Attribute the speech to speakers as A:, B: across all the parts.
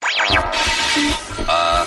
A: Uh,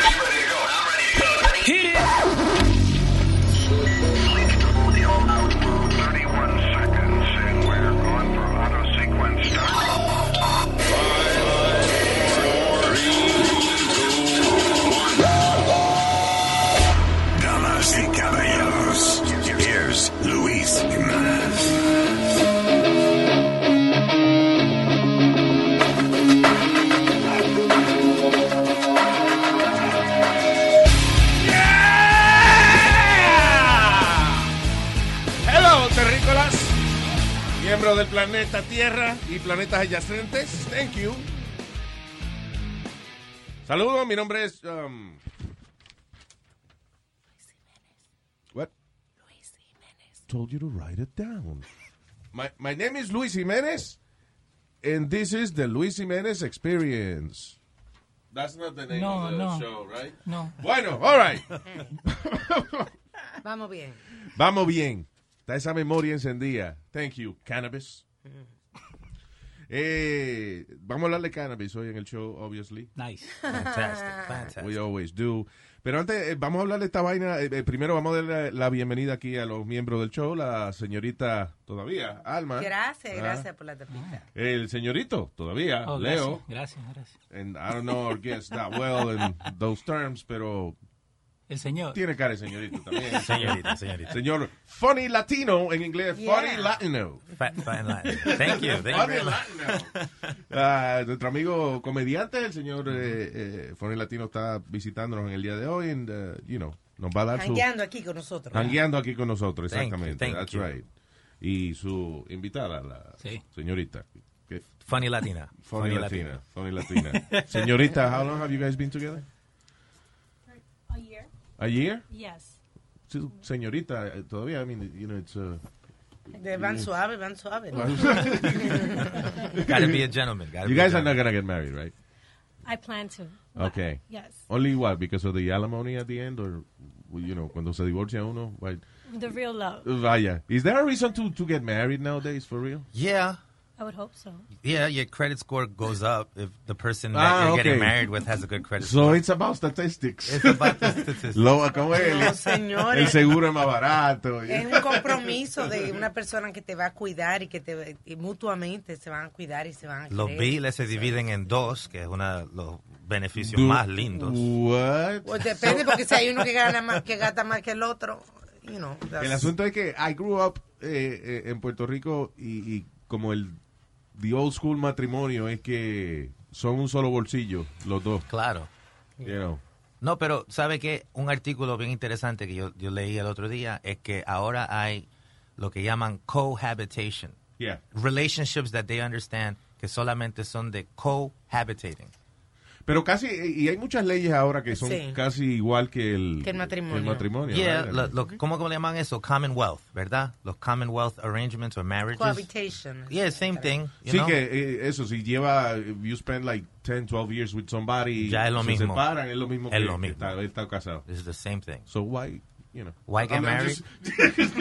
B: Hit it!
C: Damas y caballeros, here's Luis Jimenez.
D: Hello, terrícolas, miembros del planeta Tierra y planetas adyacentes. Thank you. Saludos, mi nombre es. um, What? Told you to write it down. My, my name is Luis Jimenez, and this is the Luis Jimenez Experience. That's not the name
E: No,
D: of the
E: no.
D: show, right?
E: No.
D: Bueno, all right.
F: Vamos bien.
D: Vamos bien. Está esa memoria encendida. Thank you, cannabis. Eh, vamos a hablar de cannabis hoy en el show, obviously.
E: Nice.
G: Fantastic, fantastic.
D: We always do. Pero antes, eh, vamos a hablar de esta vaina. Eh, eh, primero vamos a darle la, la bienvenida aquí a los miembros del show. La señorita todavía, Alma.
F: Gracias,
D: Ah.
F: gracias por la tapita.
D: El señorito todavía,
E: Oh,
D: Leo.
E: Gracias, gracias, gracias.
D: And I don't know or guess that well in those terms, pero
E: El señor.
D: tiene cara de señorito también.
G: Señorita, señorita.
D: Señor Funny Latino en inglés,
F: Yeah.
D: Funny Latino.
G: Fat, fine Latin. Thank you. Thank you very much.
D: Ah, nuestro amigo comediante, el señor eh, eh, Fonel Latino, está visitándonos en el día de hoy. And, uh, you know, nos va a dar su.
F: Jangueando aquí con nosotros.
D: Hangueando aquí con nosotros,
G: Thank you,
D: exactamente.
G: thank
D: That's
G: you.
D: right. Y su invitada, la
E: Sí.
D: señorita. que-
G: Funny Latina.
D: Funny Latina. Funny Latina. Señorita, how long have you guys been together?
H: A year?
D: A year?
H: Yes.
D: Su- Señorita, eh, todavía, I mean, you know, it's. uh,
F: De van suave, van suave.
G: Gotta be a gentleman. Gotta
D: you
G: be a
D: guys are
G: gentleman.
D: not going to get married, right?
H: I plan to.
D: Okay.
H: Yes.
D: Only what? Because of the alimony at the end, or you know, cuando se divorcia uno. Why?
H: The real love.
D: Vaya. Is there a reason to to get married nowadays for real?
G: Yeah.
H: I would hope so.
G: Yeah, your credit score goes up if the person that
D: Ah,
G: you're
D: okay.
G: getting married with has a good credit
D: So
G: score.
D: it's about statistics.
G: It's about the statistics.
D: Lo como él.
F: No, señores.
D: El seguro es más barato.
F: Es un compromiso de una persona que te va a cuidar y que te y mutuamente se van a cuidar y se van a
G: Los
F: querer.
G: biles se dividen en dos, que es uno de los beneficios
D: Du-
G: más lindos.
D: What?
F: Pues depende porque si hay uno que gana más que gasta más que el otro, you know. that's-
D: El asunto es que I grew up eh, eh, en Puerto Rico y, y como el the old school matrimonio es que son un solo bolsillo los dos.
G: Claro.
D: You know.
G: No, pero sabe que un artículo bien interesante que yo, yo leí el otro día es que ahora hay lo que llaman cohabitation.
D: Yeah.
G: Relationships that they understand que solamente son de cohabitating.
D: Pero casi, y hay muchas leyes ahora que son
F: Sí.
D: casi igual que el,
F: Que el matrimonio.
D: el matrimonio,
G: Yeah,
D: right?
G: lo- lo- ¿cómo le llaman eso? Commonwealth, ¿verdad? Los Commonwealth arrangements or marriages.
F: cohabitation.
G: Yeah, same thing. You
D: sí
G: know?
D: que eh, eso, si lleva, if you spend like 10, 12 years with somebody,
G: Ya es lo
D: se
G: mismo.
D: separan, es lo mismo
G: Es
D: que
G: lo mismo.
D: Estar, estar casado.
G: It's the same thing.
D: So why, you know.
G: Why get
D: I'm- I'm
G: married?
D: just-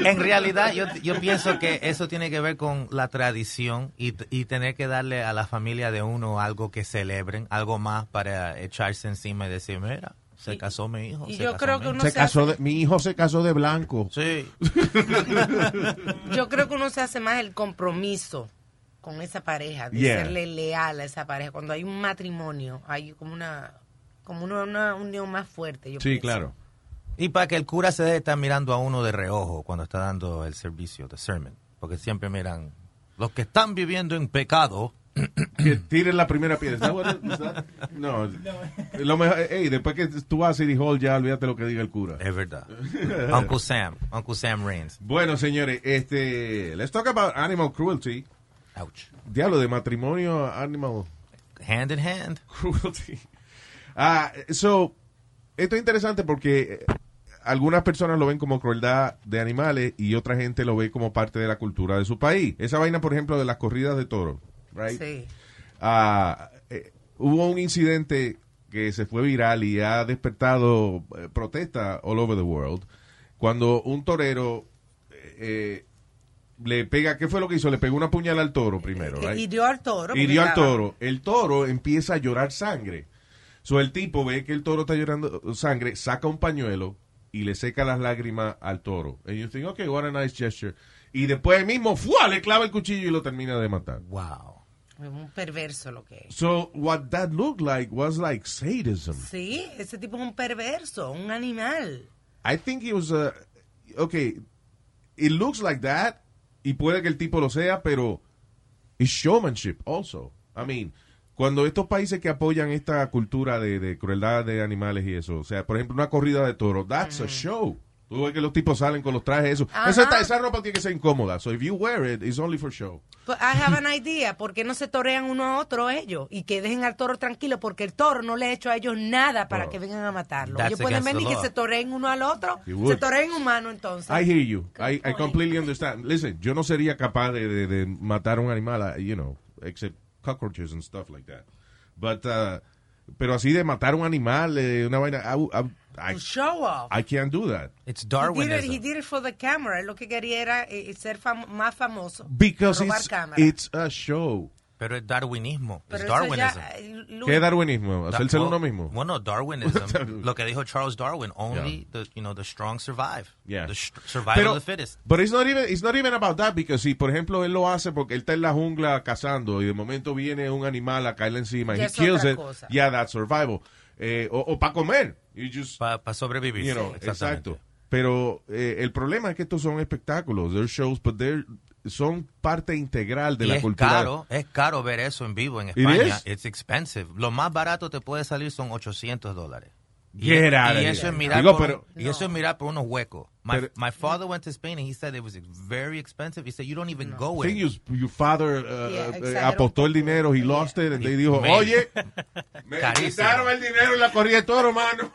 G: En realidad, yo, yo pienso que eso tiene que ver con la tradición y, y tener que darle a la familia de uno algo que celebren, algo más para echarse encima y decir, mira, se
F: Y-
G: casó mi hijo.
F: y
G: se
F: yo
G: casó
F: creo
G: mi
F: que
G: hija".
F: uno-
D: se
F: se
D: casó de- mi hijo se casó de blanco.
G: Sí,
F: Yo creo que uno se hace más el compromiso con esa pareja, de
D: Yeah.
F: serle leal a esa pareja. Cuando hay un matrimonio, hay como una como una, una unión más fuerte. Yo
D: Sí,
F: pienso.
D: claro.
G: Pues, Y para que el cura se deje estar mirando a uno de reojo cuando está dando el servicio, the sermon. Porque siempre miran, los que están viviendo en pecado,
D: Que tiren la primera piedra. Is that what it- is that- No. Lo mejor, ey, después que tú vas a City Hall, ya olvídate lo que diga el cura.
G: es verdad. Uncle Sam, Uncle Sam Reigns.
D: Bueno, señores, este, let's talk about animal cruelty.
G: Ouch.
D: Diablo, de matrimonio a animal
G: Hand in hand.
D: cruelty. Ah, so, esto es interesante porque eh, algunas personas lo ven como crueldad de animales y otra gente lo ve como parte de la cultura de su país. Esa vaina, por ejemplo, de las corridas de toros, right?
F: Sí.
D: Ah, eh, hubo un incidente que se fue viral y ha despertado eh, protesta all over the world cuando un torero eh, le pega, ¿qué fue lo que hizo? Le pegó una puñalada al toro primero, right?
F: Hirió al eh, toro. porque
D: Hirió al
F: estaba-
D: toro. El toro empieza a llorar sangre. So, el tipo ve que el toro está llorando sangre, saca un pañuelo y le seca las lágrimas al toro. And you think, okay, what a nice gesture. Y después él mismo, ¡fua! le clava el cuchillo y lo termina de matar.
G: Wow.
F: Un perverso lo que es.
D: So, what that looked like was like sadism.
F: Sí, ese tipo es un perverso, un animal.
D: I think he was a... Okay, it looks like that, y puede que el tipo lo sea, pero it's showmanship also. I mean, cuando estos países que apoyan esta cultura de, de crueldad de animales y eso, o sea, por ejemplo, una corrida de toros, that's a show. Tú ves que los tipos salen con los trajes, eso.
F: Ajá.
D: Esa, esa ropa tiene que ser incómoda. So if you wear it, it's only for show.
F: Pues, I have an idea, ¿por qué no se torean uno a otro ellos? Y que dejen al toro tranquilo, porque el toro no le ha hecho a ellos nada para
D: Wow.
F: que vengan a matarlo.
G: That's
F: ellos pueden
G: against the
F: venir y que
G: law.
F: se toreen uno al otro.
D: They would.
F: Se toreen humano entonces.
D: I hear you. I, I
H: point.
D: completely understand. Listen, yo no sería capaz de, de, de matar a un animal, uh, you know, except cockroaches and stuff like that. But, uh, pero así de matar un animal, eh, una vaina, I, would- I would- I,
F: To show off.
D: I can't do that.
G: It's
F: He did, it, he
G: Darwinism.
F: did it for the camera. Él lo que quería era eh, ser fam- más famoso.
D: Because
F: robar
D: it's,
F: cámara.
D: it's a show.
G: Pero es darwinismo.
F: Pero
G: es
F: eso ya,
G: darwinism.
F: eh, Luis,
D: ¿Qué darwinismo?
G: Da-
D: ¿Hacerse
G: well,
D: uno mismo?
G: Bueno, darwinism. lo que dijo Charles Darwin, only the, you know, the strong survive.
D: Yeah.
G: The str- survival
D: Pero-
G: of the fittest.
D: But it's not even it's not even about that because si por ejemplo él lo hace porque él está en la jungla cazando y de momento viene un animal a caerle encima y
F: Ya
D: he
F: es
D: kills
F: otra
D: it,
F: cosa.
D: yeah that's survival eh, o, para comer you just
G: Para sobrevivir.
D: you know,
G: sí, exactamente.
D: exacto. Pero eh, el problema es que estos son espectáculos, they're shows, but they're, son parte integral de
G: Y
D: la
G: es
D: cultura.
G: caro, es caro ver eso en vivo en
D: It
G: España.
D: is?
G: It's expensive. Lo más barato te puede salir son 800 dólares.
D: Get out of
G: y
D: here.
G: eso es mirar
D: Digo,
G: por,
D: pero-
G: y eso es mirar por unos huecos. My,
D: Pero-
G: my father went to Spain and he said it was very expensive. He said you don't even go
D: I
G: with
D: think
G: it.
D: your, your father uh,
F: Yeah,
D: uh,
F: exageró
D: apostó el
F: un poco.
D: dinero, he lost it, and they dijo,
G: Man.
D: oye, me
G: Carísimo.
D: quitaron el dinero en la corrida de toro, mano.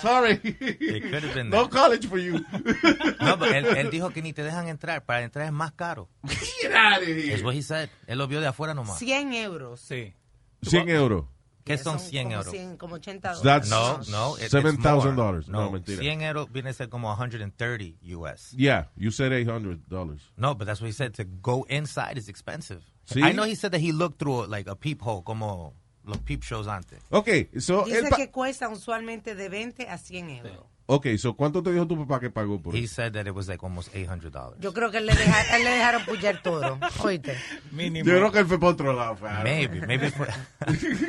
D: Sorry.
G: could have been
D: no
G: that.
D: college for you.
G: No, pero él, él dijo que ni te dejan entrar, para entrar es más caro.
D: Get out of here.
G: Es what he said. Él lo vio de afuera nomás.
F: 100 euros.
E: Sí.
D: 100 euros.
G: ¿Qué son
F: Son
G: 100
F: como
G: euros?
F: 100, como 80 dólares.
D: That's
G: No, no. it- it's
D: $7,000.
G: more.
D: No,
G: No,
D: mentira.
G: 100 euros viene a ser como 130 US.
D: Yeah, you said $800.
G: No, but that's what he said. To go inside is expensive.
D: See?
G: I know he said that he looked through like a peephole, como los peep shows antes.
D: Okay, so...
F: Dice
D: él pa-
F: que cuesta usualmente de 20 a 100 euros.
D: Ok, so ¿cuánto te dijo tu papá que pagó por
G: He
D: eso?
G: said that it was like almost eight hundred dollars.
F: Yo creo que él le, deja- él le dejaron pullar toro. Oíste.
E: Mínimo.
D: Yo creo que él fue por otro lado. fue algo.
G: Maybe, maybe for,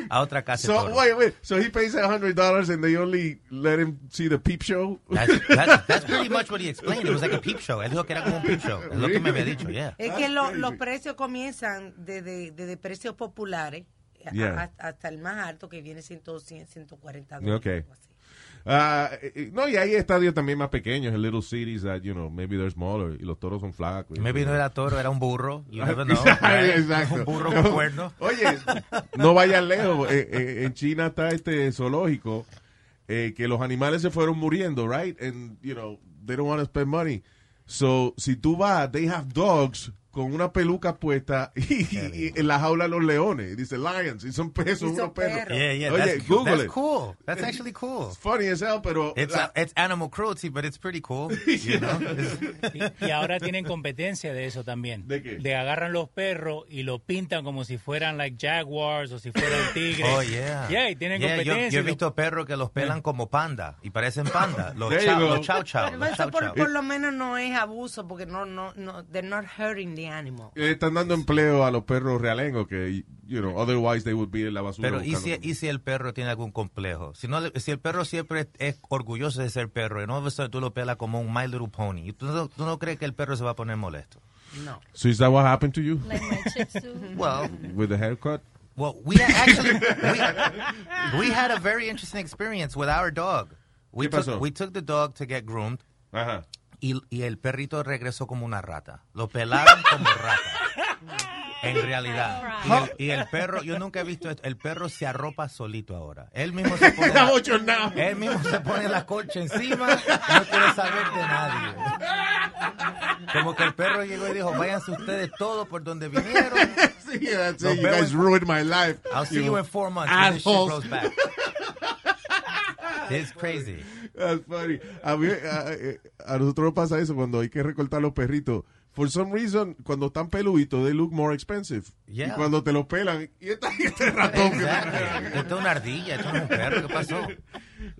G: a otra casa. de
D: So
G: toro.
D: wait, wait. So he pays a hundred dollars and they only let him see the peep show.
G: That's, that's, that's pretty much what he explained. It was like a peep show. Él dijo que era como un peep show. Es lo que me había dicho, yeah.
F: Es
D: Ah,
F: que lo- los precios comienzan desde de, de precios populares a-
D: Yeah.
F: a- hasta el más alto que viene siendo 100, 140 dólares.
D: Okay.
F: algo así.
D: Ah, eh, eh, no, y hay estadios también más pequeños, en little cities that you know maybe they're smaller y los toros son flacos.
G: Maybe no era toro, era un burro. You never know.
D: Ay,
G: right?
D: Exacto.
G: Un burro con cuernos.
D: Oye, no vayan lejos. Eh, eh, en China está este zoológico eh, que los animales se fueron muriendo, right? And, you know, they don't want to spend money. So, si tú vas, they have dogs con una peluca puesta y, y- y en la jaula los leones. Y Dice lions. Y son pesos,
F: Y son
D: unos perros.
F: perros.
G: Yeah, yeah.
D: Oye,
G: that's,
D: Google
G: that's
D: it.
G: cool. That's actually cool.
D: It's funny as hell, pero...
G: It's
D: la-
G: uh, it's animal cruelty, but it's pretty cool. You know? It's-
E: Y, y ahora tienen competencia de eso también.
D: ¿De qué?
E: Le agarran los perros y lo pintan como si fueran like jaguars o si fueran tigres.
G: Oh, yeah.
E: Yeah, y tienen
G: Yeah, yo,
E: competencia.
G: yo he
E: y lo-
G: visto perros que los pelan como panda y parecen panda. Los
D: There you
G: chao,
D: go.
G: los chao chao.
F: Pero
G: los
F: eso
G: chao
F: por,
G: chao.
F: por lo menos no es abuso porque no, no, no, they're not hurting the animal.
D: le eh, están dando empleo a los perros realengos que, you know, otherwise they would be en la basura.
G: Pero ¿y
D: buscando
G: si,
D: comida.
G: ¿y si el perro tiene algún complejo? Si no, le- si el perro siempre es, es orgulloso de ser perro y no tú lo pelas como un My Little Pony, ¿tú no, tú no crees que el perro se va a poner molesto?
F: No.
D: So is that what happened to you?
H: Like my Shih Tzu.
G: Well,
D: With the haircut?
G: well we had actually we, we had a very interesting experience with our dog. We
D: ¿Qué
G: took-
D: pasó?
G: we took the dog to get groomed
D: Ajá.
G: y, y el perrito regresó como una rata. Lo pelaron como rata. En realidad. Y el, y el perro, yo nunca he visto esto. El perro se arropa solito ahora. Él mismo se pone. la- él mismo se pone la colcha encima. No quiere saber de nadie. Como que el perro llegó y dijo: váyanse ustedes todos por donde vinieron.
D: Sí, that's
G: Nos
D: it. You
G: vemos
D: guys
G: en-
D: ruined my life.
G: I'll see you in four months. And this shit
D: Assholes.
G: grows back. It's crazy.
D: eh, That's funny. A, mí, a, a nosotros nos pasa eso cuando hay que recortar los perritos. for some reason, cuando están peluditos, they look more expensive.
G: Yeah.
D: Y cuando te los pelan, y está ahí este ratón. que
G: Exacto. Esto es una ardilla, esto no es un perro, ¿qué pasó?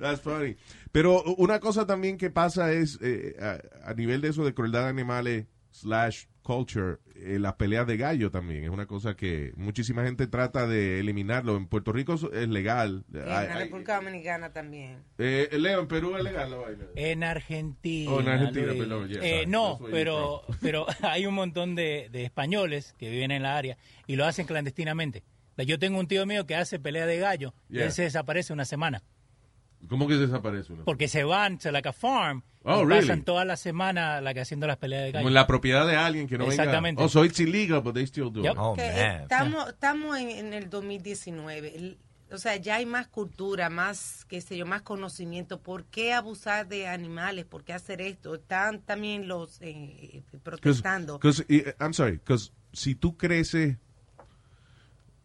D: That's funny. Pero una cosa también que pasa es, eh, a, a nivel de eso de crueldad de animales slash culture, eh, las peleas de gallo también. Es una cosa que muchísima gente trata de eliminarlo. En Puerto Rico eso es legal.
F: En
D: Ay,
F: la
D: ay,
F: República Dominicana también.
D: eh, Leo, en Perú es legal la vaina.
E: En Argentina.
D: Oh, en Argentina,
E: Luis.
D: perdón, yes,
E: Eh,
D: sorry.
E: no,
D: That's where
E: pero, pero hay un montón de, de españoles que viven en la área y lo hacen clandestinamente. Like, Yo tengo un tío mío que hace pelea de gallo y
D: Yeah.
E: él se desaparece una semana.
D: ¿Cómo que desaparece uno?
E: Porque se van se like a farm
D: Oh,
E: y
D: really?
E: pasan toda la semana like, haciendo las peleas de gallo.
D: Como en la propiedad de alguien que no venga.
E: Exactamente.
D: Oh, so it's illegal, but they still do it.
E: Yep.
G: Oh,
F: Que
G: man.
F: estamos estamos en, en el 2019. El- o sea, ya hay más cultura, más, qué sé yo, más conocimiento. ¿Por qué abusar de animales? ¿Por qué hacer esto? Están también los eh, eh,
D: Cause,
F: protestando.
D: 'cause, eh, I'm sorry, 'cause si tú creces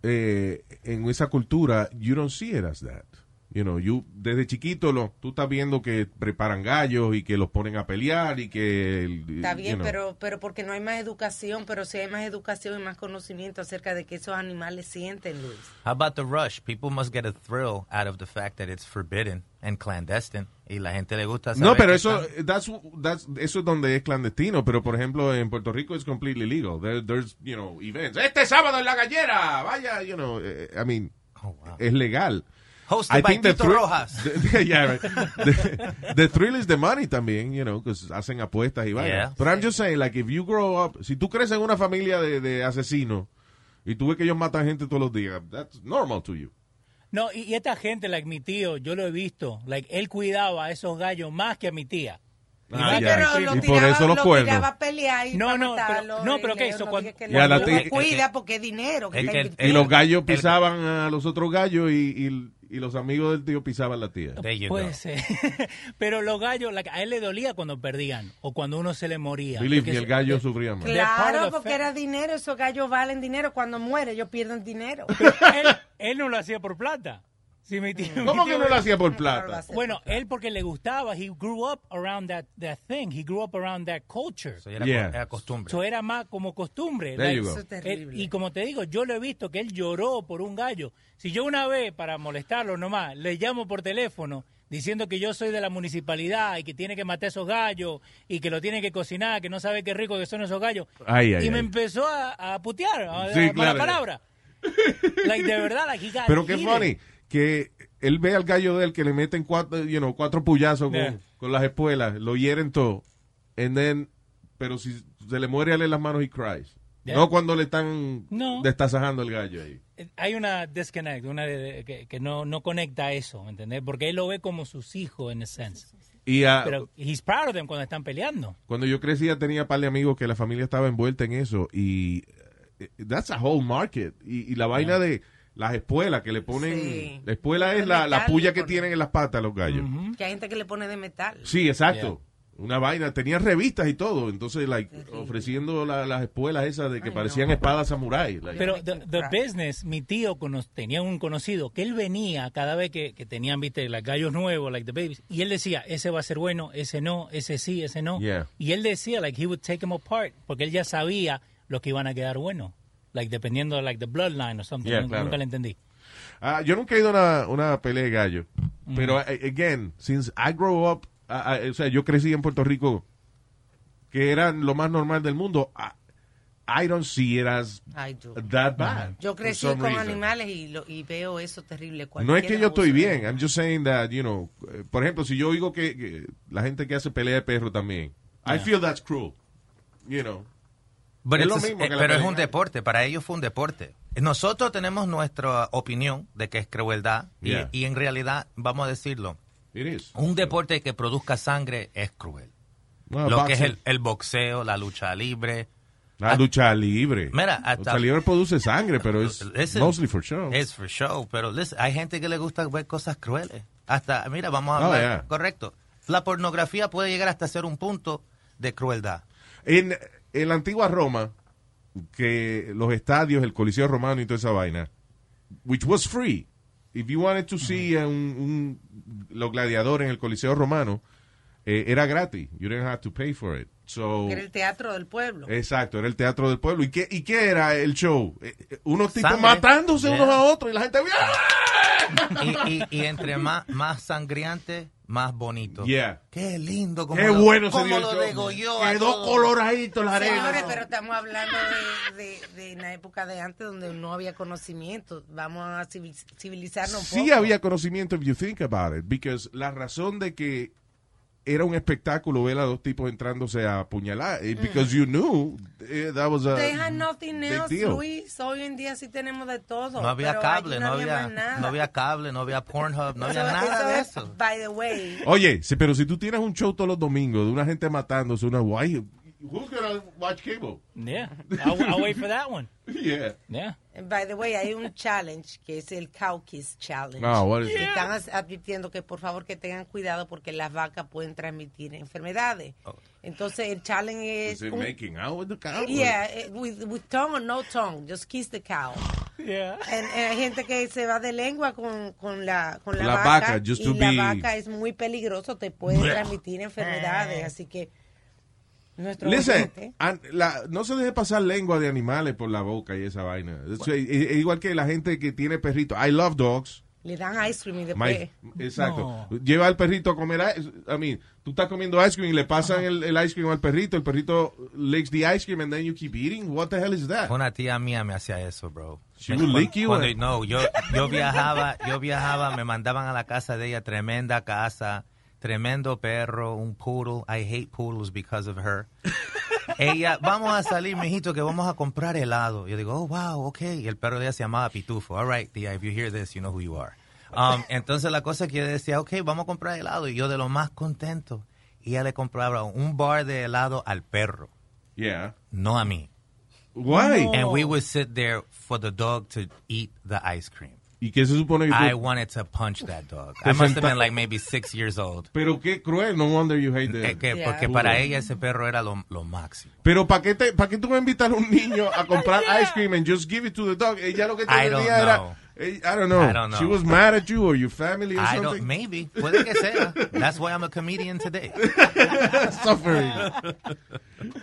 D: eh, en esa cultura, you don't see it as that. You know, you, desde chiquito lo, tú estás viendo que preparan gallos y que los ponen a pelear y que... el-
F: Está
D: you
F: bien,
D: know.
F: pero, pero porque no hay más educación, pero sí hay más educación y más conocimiento acerca de que esos animales sienten, Luis.
G: How about the rush? People must get a thrill out of the fact that it's forbidden and clandestine. Y la gente le gusta saber
D: No, pero
G: que
D: eso,
G: están-
D: that's, that's- eso es donde es clandestino, pero por ejemplo en Puerto Rico es completely legal. There- there's, you know, events. Este sábado en la gallera, Ah, vaya, you know, eh, I mean,
G: Oh, wow.
D: es legal.
G: Hosted by Tito
D: thrill-
G: Rojas.
D: the- yeah, right. The, the thrill is the money también, you know, because hacen apuestas y vaya.
G: Yeah.
D: Pero I'm just saying, like, if you grow up, si tú creces en una familia de, de asesinos y tú ves que ellos matan gente todos los días, that's normal to you.
E: No, y, y esta gente, like mi tío, yo lo he visto, like él cuidaba a esos gallos más que a mi tía. Y
D: Ah,
E: más
D: ya.
E: que a mi
D: Sí,
E: primo.
D: lo y por eso los
F: lo
D: cuernos.
F: tiraba a pelear y
E: No,
F: para
E: no, pero-
F: matarlo,
E: no,
F: y
E: pero ¿qué
F: le-
E: hizo?
F: no
E: Cuando-
F: dije que
D: Ya,
F: no,
D: la
F: no
D: ti-
F: lo cuida porque es dinero que
G: El- el-
F: está
D: Y
G: el-
F: invirtiendo.
D: los gallos
G: el-
D: pisaban a los otros gallos y, y, y los amigos del tío pisaban la tía.
G: There you go.
E: Puede ser. Pero los gallos, like, a él le dolía cuando perdían o cuando uno se le moría.
D: Believe
E: Porque
D: me,
E: eso-
D: el gallo sufría más.
E: They're part of
F: Claro,
E: the
F: porque
E: fa-
F: era dinero, esos gallos valen dinero, cuando muere ellos pierden dinero.
E: él, él no lo hacía por plata. Sí, mi tío- mi
D: ¿Cómo que
E: tío-
D: no lo hacía por
F: Claro, lo
D: plata?
F: hacía.
E: Bueno, él porque le gustaba, he grew up around that, that thing, he grew up around that culture.
G: Eso ya era,
D: Yeah.
G: co- era costumbre.
E: Eso era más como costumbre.
D: There you go.
F: Eso es terrible.
E: él- y como te digo, yo lo he visto que él lloró por un gallo. Si yo una vez, para molestarlo nomás, le llamo por teléfono diciendo que yo soy de la municipalidad y que tiene que matar esos gallos y que lo tiene que cocinar, que no sabe qué rico que son esos gallos.
D: Ay,
E: y
D: ay,
E: me
D: ay.
E: empezó a, a putear, a,
D: Sí,
E: a- mala
D: claro.
E: palabra. Like, de verdad, la giga.
D: Pero qué funny que él ve al gallo de él que le meten cuatro, you know, cuatro puyazos con,
E: Yeah.
D: con las espuelas, lo hieren todo. And then, pero si se le muere a él en las manos, he cries.
E: Yeah.
D: No cuando le están
E: No.
D: destazajando el gallo ahí.
E: Eh, hay una disconnect, una de- de- que, que no, no conecta eso, ¿me entendés? Porque él lo ve como sus hijos, en a sense.
D: Y ah,
E: Pero he's proud of them cuando están peleando.
D: cuando yo crecía tenía par de amigos que la familia estaba envuelta en eso y eh, that's a whole market. Y, y la vaina de las espuelas que le ponen,
F: Sí.
D: la espuela es
F: Es
D: la, la
F: metálico,
D: puya que
F: ¿no?
D: tienen en las patas a los gallos.
F: Que hay gente que le pone de metal.
D: Sí, exacto. Una vaina, tenían revistas y todo, entonces like, ofreciendo la- las espuelas esas de que parecían espadas samurái. like.
E: Pero the, the business, mi tío cono- tenía un conocido que él venía cada vez que, que tenían, viste, las gallos nuevos, like the babies, y él decía, ese va a ser bueno, ese no, ese sí, ese no.
D: Yeah.
E: Y él decía, like, he would take them apart, porque él ya sabía los que iban a quedar buenos. Like, dependiendo, like, the bloodline o something.
D: Yeah,
E: nunca,
D: claro.
E: nunca le entendí.
D: Ah, yo nunca he ido a una, una pelea de gallo,
G: Mm.
D: pero a- again, since I grew up, ah, ah, o sea, yo crecí en Puerto Rico, que era lo más normal del mundo, I, I don't see it as
F: Ay, yo.
D: that bad.
F: Yo
D: for
F: crecí
D: some
F: con
D: reason.
F: animales y, lo, y veo eso
D: No
F: terrible.
D: es
F: Cualquier
D: que yo estoy
F: abuso.
D: bien, I'm just saying that, you know, eh, por ejemplo, si yo oigo que, que la gente que hace pelea de perro también, I feel that's cruel, you know.
G: Pero
D: Es lo
G: eso es-
D: mismo que
G: eh,
D: la
G: pero es un
D: pelea.
G: deporte, para ellos fue un deporte. Nosotros tenemos nuestra opinión de que es crueldad y-
D: Yeah.
G: y en realidad, vamos a decirlo,
D: It is.
G: un deporte que produzca sangre es cruel.
D: No,
G: lo
D: boxing.
G: que es el, el boxeo, la lucha libre.
D: La lucha libre.
G: Ah. Mira,
D: La
G: hasta-
D: lucha libre produce sangre, pero es
G: Listen,
D: mostly for show.
G: Es for show, pero listen, hay gente que le gusta ver cosas crueles. Hasta, mira, vamos a
D: Oh,
G: hablar,
D: yeah.
G: correcto. La pornografía puede llegar hasta ser un punto de crueldad.
D: En, en la antigua Roma, que los estadios, el Coliseo Romano y toda esa vaina, which was free. If you wanted to see a un- un- los gladiadores en el Coliseo Romano, eh, era gratis. You didn't have to pay for it. So,
F: que era el teatro del pueblo.
D: Exacto, era el teatro del pueblo. ¿Y qué, y qué era el show? Eh, eh, Unos tipos
G: Sangre.
D: matándose
G: Yeah.
D: unos a otros y la gente... ¡Ah!
G: Y, y- y entre más, más sangriante, más bonito.
D: Yeah.
G: Qué lindo. Como
D: ¡Qué
G: lo,
D: bueno se
G: como
D: dio el
G: lo
D: show!
G: degolló a
D: Quedó
G: todos.
D: coloradito la
F: Señores,
D: arena.
F: pero estamos hablando de, de, de una época de antes donde no había conocimiento. Vamos a civil- civilizarnos un poco.
D: Sí había conocimiento, if you think about it, because la razón de que era un espectáculo ver a dos tipos entrándose a apuñalar, eh, because you knew eh, that was a
F: They had nothing
D: big
F: else,
D: deal.
F: Luis. Hoy en día sí tenemos de todo.
G: No había
F: pero
G: cable,
F: allí
G: no había,
F: más nada.
G: no había cable, no había Pornhub, no había
F: Eso-
G: nada de
F: es,
G: eso.
F: By the way,
D: Oye, si- pero si tú tienes un show todos los domingos de una gente matándose, una guay, who's gonna watch cable?
E: Yeah. I'll, I'll wait for that one.
D: Yeah.
E: Yeah.
F: by the way, hay un challenge que es el Cow Kiss Challenge.
D: Ah, what is
F: Que
D: it?
F: Están as- advirtiendo que por favor que tengan cuidado porque las vacas pueden transmitir enfermedades. Entonces el challenge es
D: Oh. Is it
F: un-
D: pues, making out with the cow?
F: Yeah, eh, with, with tongue or no tongue, just kiss the cow.
E: Yeah.
F: And, eh, hay gente que se va de lengua con, con la, con la,
D: La
F: vaca,
D: vaca, just
F: y
D: to
F: la
D: be-
F: vaca es muy peligroso, te puede
D: Blech.
F: transmitir enfermedades, así que nuestro
D: Listen,
F: oyente-
D: an- la- no se deje pasar lengua de animales por la boca y esa vaina. Es, es- es e, igual que la gente que tiene perritos. I love dogs.
F: le dan ice cream y
D: My-
F: después
D: exacto. Lleva al perrito a comer. A mí, tú estás comiendo ice cream y le pasan el, el ice cream al perrito. El perrito licks the ice cream and then you keep eating. What the hell is that?
G: Una tía mía me hacía eso, bro.
D: She would lick you
G: Cuando-
D: and-
G: no, yo, yo viajaba, yo viajaba, me mandaban a la casa de ella, tremenda casa, tremendo perro, un poodle. I hate poodles because of her. Ella, vamos a salir, mijito, que vamos a comprar helado. Yo digo, oh, wow, okay. Y el perro de ella se llamaba Pitufo. All right, tía, if you hear this, you know who you are. Um, entonces la cosa es que ella decía, ok, vamos a comprar helado. Y yo de lo más contento. Y ella le compraba un bar de helado al perro,
D: Yeah.
G: no a mí.
D: Why?
G: And we would sit there for the dog to eat the ice cream.
D: ¿Y qué se supone que tú-
G: I wanted to punch that dog. I must have been like maybe six years old.
D: Pero qué cruel. No wonder you hate
G: Eh,
D: that.
G: que-
F: Yeah.
G: Porque para ella ese perro era lo, lo máximo.
D: Pero ¿para qué, te- pa' qué tú vas a invitar a un niño a comprar ice cream and just give it to the dog? Ella lo que te
G: I don't
D: tenía
G: know.
D: era... eh, I don't know.
G: I don't know.
D: She was mad at you or your family or
G: I don't,
D: something.
G: maybe. Puede que sea. That's why I'm a comedian today.
D: Suffering.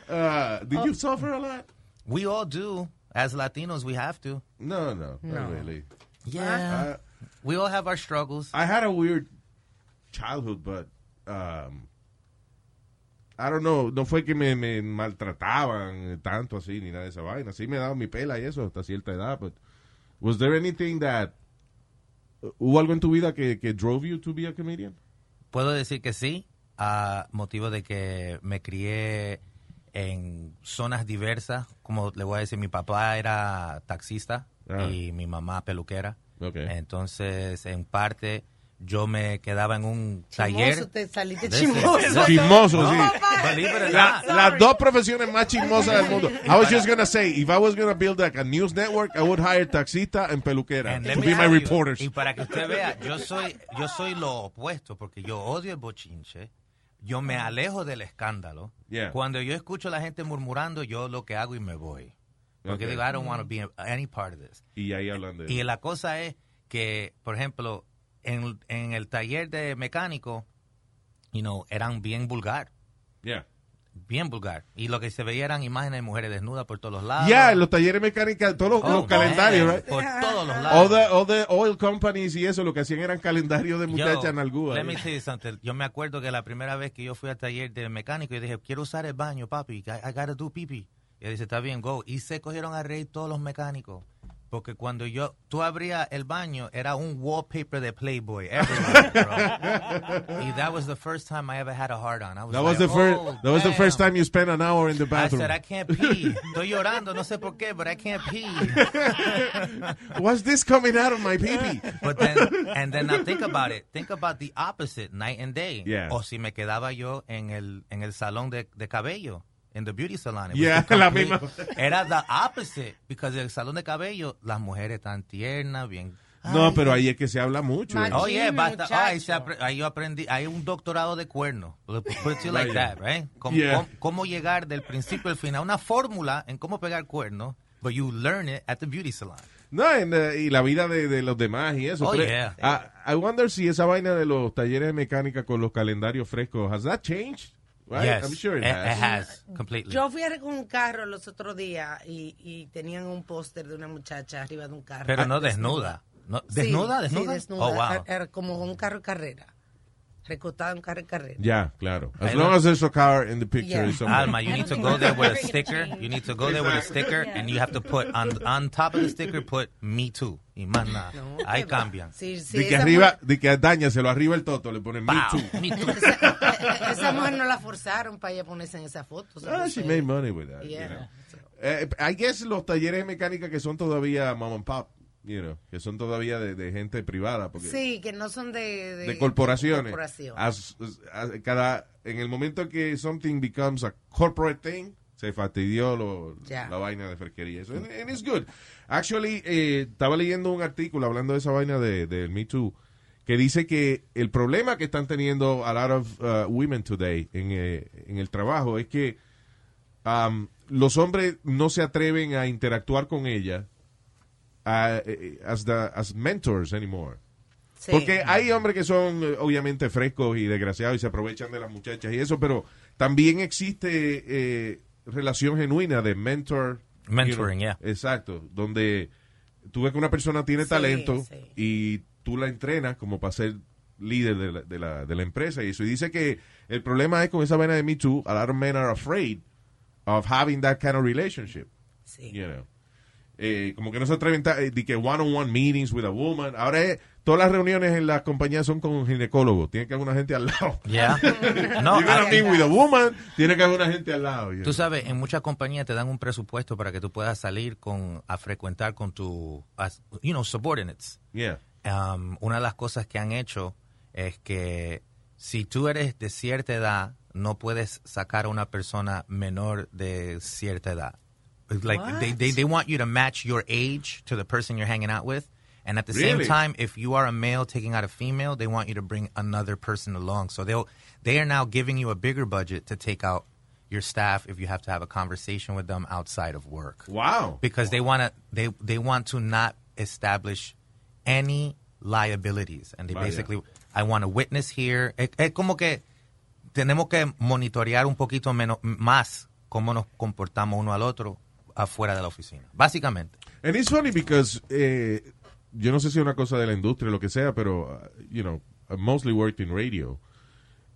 D: Uh, did you suffer a lot?
G: We all do. As Latinos, we have to.
D: No, no, not really.
G: Yeah.
D: Uh,
G: We all have our struggles.
D: I had a weird childhood, but um, I don't know, no fue que me, me maltrataban tanto así ni nada de esa vaina. Sí me daban mi pela y eso hasta cierta edad, but was there anything that uh, hubo algo en tu vida que, que drove you to be a comedian?
G: Puedo decir que sí, a motivo de que me crié en zonas diversas. Como le voy a decir, mi papá era taxista
D: Ah.
G: y mi mamá peluquera.
D: Ok.
G: Entonces, en parte, yo me quedaba en un
F: chismoso,
G: taller.
F: te saliste
G: Listen.
F: chismoso.
D: Chismoso, sí.
G: But leave it at
D: La-
G: that.
D: las dos profesiones más chismosas del mundo. I was just gonna say, if I was gonna build like a news network, I would hire taxista and peluquera
G: And let
D: to
G: me
D: be my
G: tell you,
D: reporters.
G: Y para que usted vea, yo soy, yo soy lo opuesto, porque yo odio el bochinche, yo me alejo del escándalo.
D: Ah. Yeah.
G: Cuando yo escucho a la gente murmurando, yo lo que hago y me voy. Porque
D: Ok.
G: digo, I don't want to be any part of this.
D: Y ahí hablando de
G: Y la cosa es que, por ejemplo, en, en el taller de mecánico, you know, eran bien vulgar,
D: Yeah.
G: bien vulgar. Y lo que se veía eran imágenes de mujeres desnudas por todos lados.
D: Ya, en los talleres mecánicos, todos los,
G: Ah, Oh,
D: los
G: man,
D: calendarios, right?
G: Por todos los
D: All
G: lados.
D: the, all the oil companies y eso, lo que hacían eran calendarios de muchachas
G: Yo,
D: en alguna.
G: let me tell you something. Yo me acuerdo que la primera vez que yo fui al taller de mecánico y dije, quiero usar el baño, papi. I, I gotta do pipi. Y él dice, está bien, go. Y se cogieron a reír todos los mecánicos. Porque cuando yo, tú abrías el baño, era un wallpaper de Playboy. everywhere, bro. y that was the first time I ever had a hard on. I was
D: That was
G: like,
D: the first,
G: "Oh,
D: that was the first
G: damn."
D: time you spent an hour in the
G: I
D: bathroom.
G: said, I can't pee. Estoy llorando, no sé por qué, but I can't pee.
D: What's this coming out of my pee
G: But then, and then now think about it. Think about the opposite, night and day.
D: Yeah.
G: O si me quedaba yo en el, en el salón de, de cabello, in the beauty salon. It was
D: Yeah,
G: the
D: la
G: complete-
D: misma.
G: Era the opposite, because el salón de cabello, las mujeres tan tiernas, bien... Oh,
D: No, pero ahí es que se habla mucho.
F: Macho.
G: Oye,
F: Chisme,
G: basta.
F: muchacho.
G: Ay, se apre- ahí yo aprendí. Hay un doctorado de cuerno. Put it to you like
D: Vaya.
G: that, right? Cómo,
D: Yeah.
G: cómo- cómo llegar del principio al final. Una fórmula en cómo pegar cuerno, but you learn it at the beauty salon.
D: No, en, eh, y la vida de, de los demás y eso.
G: Oh,
D: Pero,
G: yeah.
D: ah, I wonder si esa vaina de los talleres de mecánica con los calendarios frescos, has that changed? Right?
G: Yes,
D: I'm sure it
G: it-
D: has.
G: it has, completely.
F: Yo fui a con un carro los otros días y, y tenían un póster de una muchacha arriba de un carro. Ah,
G: Pero no desnuda. No-
F: Sí,
G: ¿Desnuda?
F: sí,
G: ¿Desnuda?
F: desnuda.
G: Oh, wow.
F: Era- era como un carro de carrera. Recortada un carro de carrera.
D: Ya, claro. As
G: I
D: long
G: know.
D: as there's a car in the picture.
F: Yeah.
D: it's okay.
G: Alma, you
H: I
G: need to
H: don't
G: go
H: think
G: there with a
H: that's ever gonna
G: sticker.
H: change.
G: You need to go there with a sticker,
H: Yeah.
G: and you have to put on on top of the sticker, put me too. Y más nada.
F: No,
G: Ahí
F: ¿qué va?
G: cambian.
F: Sí, sí,
D: De que
F: esa
D: arriba, de que dañaselo arriba el toto, le ponen me
G: Pow,
D: too.
G: me too.
F: mujer- esa, esa mujer no la forzaron para ella ponerse en esa foto. se
D: Ah,
F: puso
D: she
F: ella.
D: made money with that. you
F: Yeah.
D: know. Eh, I guess los talleres de mecánica que son todavía mom and pop, you know, que son todavía de, de gente privada. Porque
F: Sí, que no son de...
D: de corporaciones.
F: corporación.
D: As- as- cada, en el momento que something becomes a corporate thing, se fastidió lo-
F: Ya. Mm.
D: la vaina de fresquería. Eso, and, and it's good. Actually, eh, estaba leyendo un artículo hablando de esa vaina de- del Me Too, que dice que el problema que están teniendo a lot of uh, women today en, eh, en el trabajo es que um, los hombres no se atreven a interactuar con ella ah, eh, eh, as, the- as mentors anymore.
F: Sí.
D: Porque hay hombres que son eh, obviamente frescos y desgraciados y se aprovechan de las muchachas y eso, pero también existe eh, relación genuina de mentor.
G: Mentoring,
D: you know,
G: yeah.
D: Exacto, donde tú ves que una persona tiene
F: Sí,
D: talento
F: sí.
D: y tú la entrenas como para ser líder de la, de la- de la empresa y eso. Y dice que el problema es con esa vaina de Me Too, a lot of men are afraid of having that kind of relationship
F: Sí.
D: you know. Eh, como que no se atreven ta- eh, de que one on one meetings with a woman. Ahora es- todas las reuniones en las compañías son con ginecólogos. Tiene que haber una gente al lado.
G: Yeah. No,
D: You're gonna
G: I-
D: meet with a woman, tiene que haber una gente al lado. you
G: Tú
D: know.
G: sabes, en muchas compañías te dan un presupuesto para que tú puedas salir con a frecuentar con tu, as- you know, subordinates.
D: Yeah.
G: Um, una de las cosas que han hecho es que si tú eres de cierta edad, no puedes sacar a una persona menor de cierta edad. It's Like they, they, they want you to match your age to the person you're hanging out with. And at the same
D: Really?
G: time, if you are a male taking out a female, they want you to bring another person along. So they'll they are now giving you a bigger budget to take out your staff if you have to have a conversation with them outside of work
D: Wow.
G: because they want to they they want to not establish any liabilities and they
D: Vaya.
G: basically I want a witness here es, es como que tenemos que monitorear un poquito menos más cómo nos comportamos uno al otro afuera de la oficina básicamente
D: And it's funny because eh, yo no sé si es una cosa de la industria o lo que sea, pero uh, you know, I mostly worked in radio.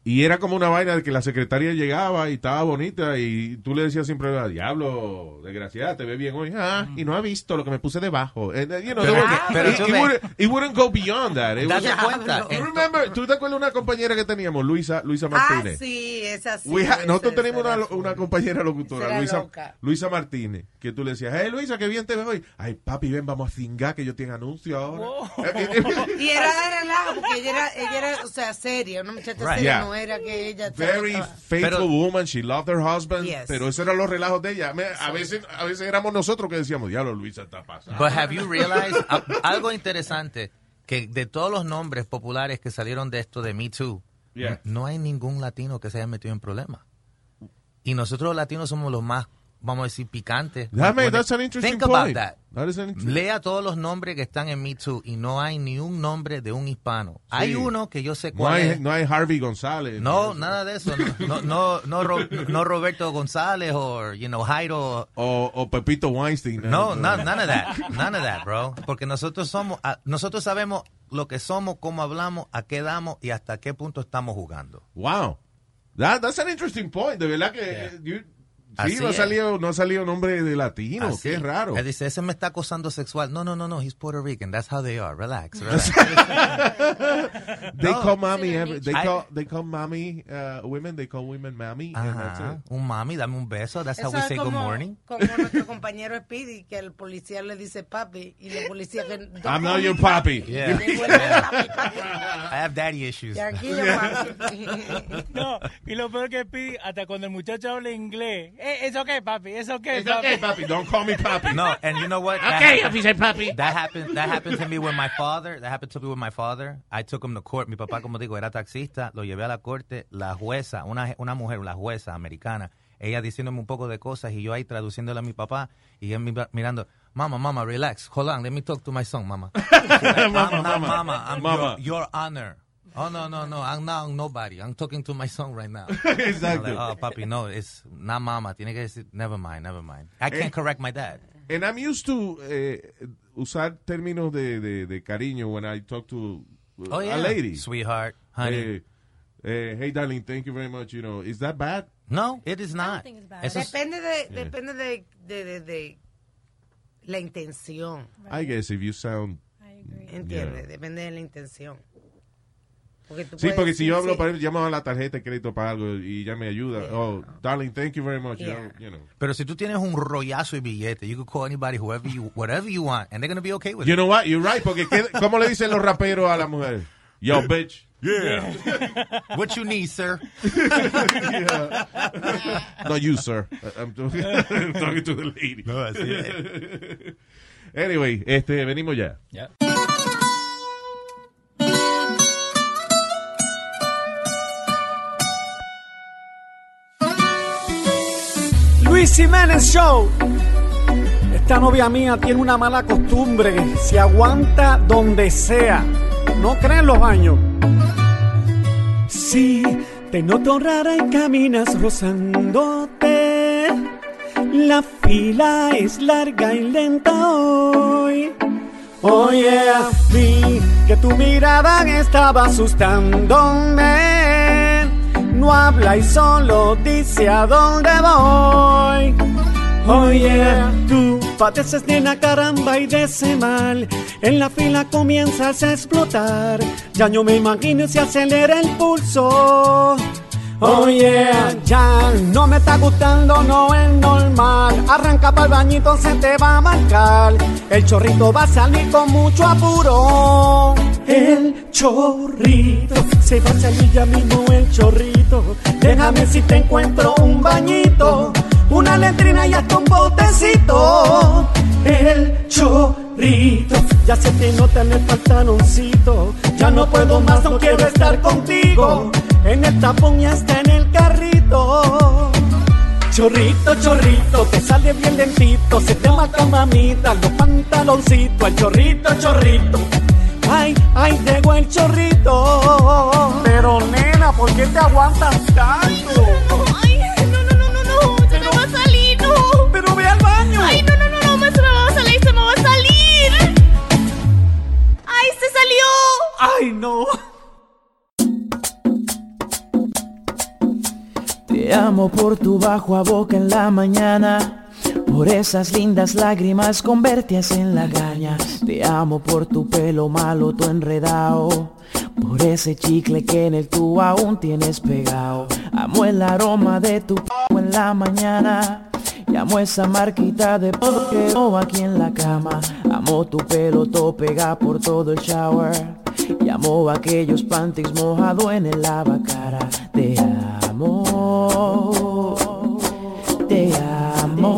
D: Y era como una vaina de que la secretaria llegaba y estaba bonita y tú le decías siempre, "Ah, diablo, desgraciada, te ve bien hoy. Ah, y no ha visto lo que me puse debajo. And, uh, you know,
G: Pero
D: there
G: que-
D: was-
G: pero
D: it,
G: tú
D: it
G: ve-
D: wouldn't, it wouldn't go beyond that. It was-
G: date cuenta
D: You remember, ¿Tú te acuerdas de una compañera que teníamos, Luisa, Luisa
F: Ah,
D: Martínez?
F: sí, es así.
D: We ha- nosotros
F: Esa
D: tenemos
F: era
D: una,
F: full.
D: una compañera
F: Esa
D: locutora,
F: era
D: Luisa,
F: loca.
D: Luisa Martínez, que tú le decías, hey Luisa, qué bien te veo hoy. Ay, papi, ven, vamos a cingar que yo tengo anuncio ahora.
F: Y era de relajo, porque ella era, ella era, o sea, seria, una muchacha
G: Right.
F: seria,
D: Yeah.
F: no era que ella...
D: Very
F: estaba-
D: faithful
G: Pero-
D: woman, she loved her husband,
F: ah, Yes.
D: pero eso eran los relajos de ella. Me- A veces, a veces éramos nosotros que decíamos, diablo, Luisa está pasada.
G: But have you realized uh, a- algo interesante que de todos los nombres populares que salieron de esto de Me Too,
D: Yeah.
G: no hay ningún latino que se haya metido en problemas. Y nosotros los latinos somos los más, vamos a decir, picantes.
D: That may-
G: When-
D: that's an interesting
G: Think
D: point.
G: about that.
D: That is an interesting-
G: Lea todos los nombres que están en Me Too y no hay ni un nombre de un hispano. Hay uno que yo sé
D: No
G: cuál
D: hay,
G: es.
D: no hay Harvey González.
G: No, nada de eso. No, no, no, Ro- no Roberto González o, you know, Jairo
D: O, o Pepito Weinstein.
G: no, no, none of that. None of that, bro. Porque nosotros somos, a- nosotros sabemos lo que somos, cómo hablamos, a qué damos y hasta qué punto estamos jugando.
D: Wow. That, that's an interesting point. De verdad que.
G: Yeah.
D: eh, you- sí,
G: Así
D: no ha,
G: es.
D: salido, no ha salido nombre de latino.
G: Así.
D: Qué raro.
G: Él dice, ese me está acosando sexual. No, no, no, no, he's Puerto Rican. That's how they are. Relax, relax.
D: They
G: No.
D: call mommy.
H: It's in their
D: every- They
G: nature.
D: call they call mommy uh, women. They call women mommy. and that's
G: Ajá.
D: it.
G: Uh-huh. Un mami, dame un beso. That's how
F: Eso
G: we
F: es
G: say good
F: como-
G: morning.
F: Como nuestro compañero Speedy, que el policía le dice papi, y el policía que...
D: I'm not your papi.
G: Yeah.
F: Le vuelve la papi,
G: I have daddy issues.
F: Tranquilo, papi.
E: No, y lo peor que pide, hasta cuando el muchacho habla inglés, "Eh, ¿eso qué, papi? ¿Eso qué,
D: It's okay,
E: papi?
D: papi. Don't call me papi.
G: No, and you know what?
E: Okay,
G: That-
E: officer papi.
G: That happened. That happened to me with my father. That happened to me with my father. I took him to court. Mi papá, como digo, era taxista. Lo llevé a la corte. La jueza, una, una mujer, la jueza americana, ella diciéndome un poco de cosas y yo ahí traduciéndole a mi papá y él mi- mirando. Mama, mama, relax. Hold on, let me talk to my son, mama.
D: Mama,
G: I'm not
D: mama.
G: mama. I'm
D: Mama.
G: Your, your honor. Oh, no, no, no. I'm not nobody. I'm talking to my son right now.
D: Exacto.
G: I'm like, oh, papi, no, it's not mama. Tiene que decir, never mind, never mind. I
D: Eh.
G: can't correct my dad.
D: And I'm used to eh, usar términos de, de, de cariño when I talk to uh,
G: Oh, yeah.
D: a lady.
G: Sweetheart, honey.
D: Eh, eh, hey, darling, thank you very much. You know, is that bad?
G: No, it is not.
H: think it's bad.
G: Eso es-
F: Depende de, depende de, de, de- de la intención,
D: I guess if you sound...
H: I agree.
F: ¿entiendes?
D: Yeah.
F: Depende de la intención. Porque tú
D: Sí,
F: puedes
D: porque si yo
F: decir,
D: hablo,
F: sí.
D: para llamo a la tarjeta de crédito para algo y ya me ayuda. Oh, darling, thank you very much. You
F: Yeah.
D: know, you know.
G: pero si tú tienes un rollazo de billete, you can call anybody, whoever you, whatever you want, and they're going to be okay with
D: You
G: it.
D: know what? You're right. Porque, ¿qué- ¿cómo le dicen los raperos a las mujeres? Yo, bitch.
C: Yeah.
G: What you need, sir?
D: No, you, sir. I'm talking, I'm talking to the lady.
G: No, así es.
D: Anyway, este, venimos ya.
E: Ya.
B: Luis Jiménez Show. Esta novia mía tiene una mala costumbre. Se aguanta donde sea. No creen los baños. Sí, te noto rara y caminas rozándote. La fila es larga y lenta hoy. Oye, a mí que tu mirada estaba asustándome. No habla y solo dice a dónde voy. Oye, tú padeces de una caramba y de ese mal. En la fila comienzas a explotar. Ya no me imagino si acelera el pulso. Oye, ya no me está gustando, no es normal. Arranca para el bañito, se te va a marcar. El chorrito va a salir con mucho apuro. El chorrito, se va a salir ya mismo el chorrito. Déjame si te encuentro un bañito, una letrina y hasta un botecito. El chorrito, ya se te nota en el pantaloncito. Ya no puedo más, no quiero estar contigo. En el tapón y hasta en el carrito. Chorrito, chorrito, te sale bien lentito, se te marca mamita, los pantaloncitos, el chorrito, chorrito. Ay, ay, llegó el chorrito. Pero nena, ¿por qué te aguantas tanto?
I: Ay, no, no, no, no, no, se me va a salir, no.
B: Pero ve al baño.
I: Ay, no, no, no, no, se me va a salir, se me va a salir. Ay, se salió.
B: Ay, no.
J: Te amo por tu bajo a boca en la mañana. Por esas lindas lágrimas convertidas en la gaña. Te amo por tu pelo malo, tu enredao. Por ese chicle que en el tú aún tienes pegado. Amo el aroma de tu p en la mañana. Y amo esa marquita de porque aquí en la cama. Amo tu pelo todo pega por todo el shower. Y amo aquellos panties mojado en el lavacara. Te amo. Te amo.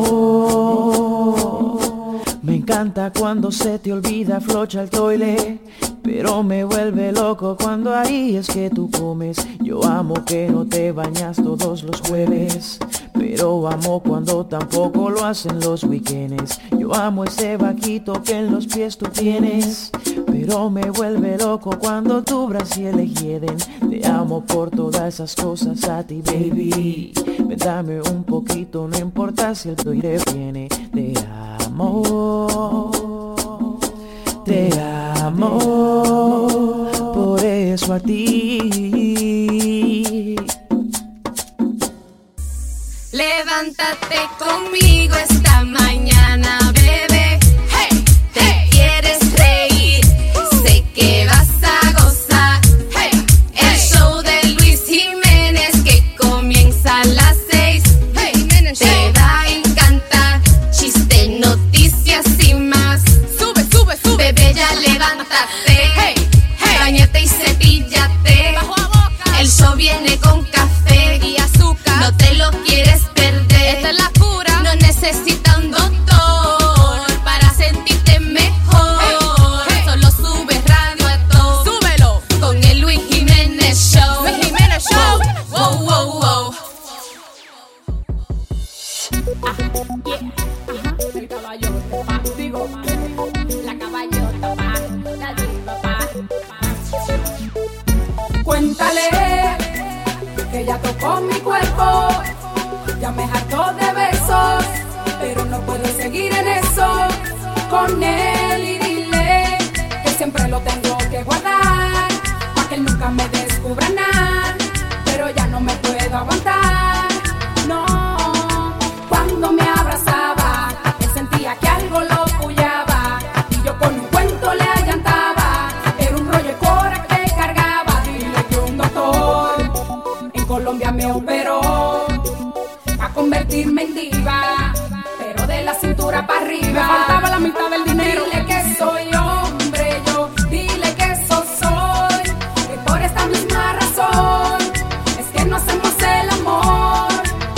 J: Me encanta cuando se te olvida flocha el toile. Pero me vuelve loco cuando ahí es que tú comes. Yo amo que no te bañas todos los jueves. Pero amo cuando tampoco lo hacen los weekends. Yo amo ese vaquito que en los pies tú tienes. Pero me vuelve loco cuando tu brasil le hieden. Te amo por todas esas cosas a ti, baby. Ven, dame un poquito, no importa si el tuyo viene. Te amo. Te amo. Por eso a ti.
I: Levántate conmigo esta mañana, bebé. Hey, te quieres reír, sé que vas a gozar. Hey, el show de Luis Jiménez que comienza a las seis. Hey, te va a encantar, chistes, noticias y más. Sube, sube, sube, bebé, ya levántate. Hey, hey, bañate y cepíllate. El show viene con café y azúcar. No te lo quieres perder. Esta es la cura. No necesita un
K: con mi cuerpo. Ya me hartó de besos, pero no puedo seguir en eso. Con él y dile que siempre lo tengo que guardar, para que él nunca me descubra nada. Pero ya no me puedo aguantar, no. Cuando me abrazaba, él sentía que algo lo puyaba y yo con un cuento le allantaba. Era un rollo de cora que cargaba, dile que un doctor en Colombia me operó a convertirme en diva, pero de la cintura para arriba. Me faltaba la mitad del dinero. Dile que soy hombre, yo dile que eso soy. Que por esta misma razón es que no hacemos el amor.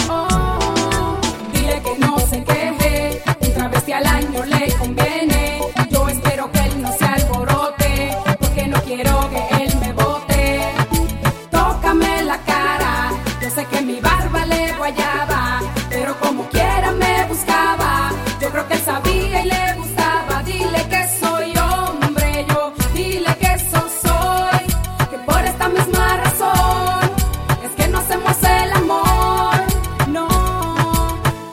K: Oh, dile que no se queje, otra vez al año le conviene. Yo espero que él no se alborote, porque no quiero que él me bote. Tócame la cara, yo sé que mi barba le guayaba, pero como quiera me buscaba. Yo creo que él sabía y le gustaba. Dile que soy hombre, yo dile que eso soy, que por esta misma razón es que no hacemos el amor. No,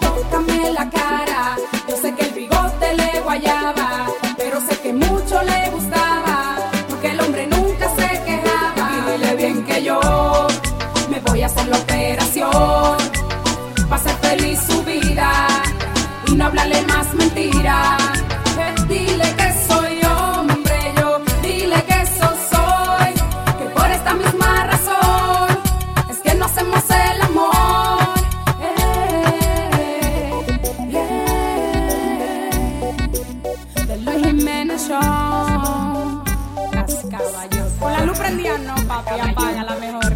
K: tócame la cara, yo sé que el bigote le guayaba, pero sé que mucho le gustaba, porque el hombre nunca se quejaba. Y dile bien que yo me voy a hacer la operación para ser feliz su vida y no hablarle más mentira. Eh, Dile que soy hombre, yo dile que eso soy, que por esta misma razón es que no hacemos el amor. Eh, yeah. De Luis Jiménez Show. Las caballos. Con la luz prendida no, papi, apaga la mejor.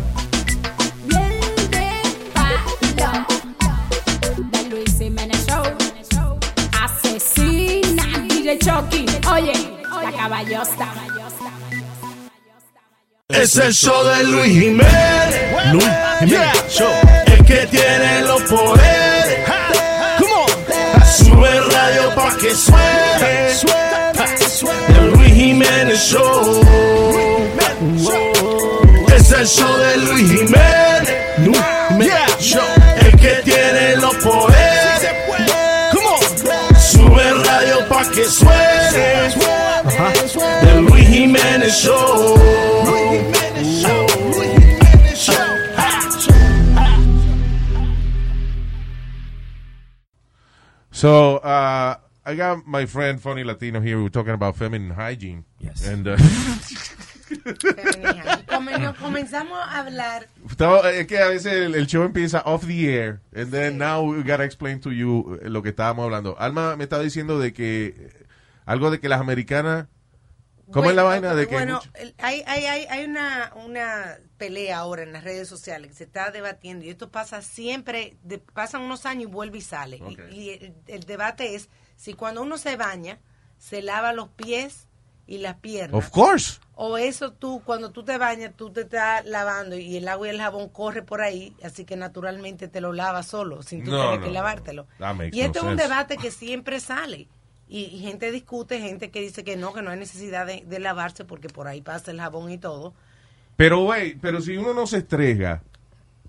K: Bien de palo. De Luis Jiménez Show. Asesina. DJ Chucky. Oye, la caballosta.
L: Es el show de Luis Jiménez. Luis Jiménez Show. El que tiene los poderes. Come on. Sube el radio pa' que suene. El Luis Jiménez Show. Es el show de Luis Jiménez. Luis Jiménez Show. El que tiene los poderes. Come on. Sube el radio pa' que suene. El Luis Jiménez Show.
D: So, uh, I got my friend Funny Latino here. We were talking about feminine hygiene. Yes. And, uh,
F: Come- comenzamos a hablar
D: estaba- es que a veces el, el show empieza off the air. And then now we gotta explain to you eh, lo que estábamos hablando. Alma me estaba diciendo de que eh, algo de que las americanas. ¿Cómo es la
F: Bueno,
D: vaina de que.?
F: bueno,
D: mucho-
F: el- hay, hay, hay, hay una, una pelea ahora en las redes sociales que se está debatiendo y esto pasa siempre, de- pasan unos años y vuelve y sale. Y-
M: Ok.
F: Y, el, el debate es si cuando uno se baña, se lava los pies y las piernas.
D: Of course.
F: O eso tú, cuando tú te bañas, tú te estás lavando y el agua y el jabón corre por ahí, así que naturalmente te lo lavas solo, sin tú
D: No,
F: tener
D: no,
F: que
D: no.
F: lavártelo.
D: That makes
F: Y
D: no
F: esto es un
D: sense.
F: debate que siempre sale. Y, y gente discute, gente que dice que no, que no hay necesidad de, de lavarse porque por ahí pasa el jabón y todo.
D: Pero, güey, pero si uno no se estrega,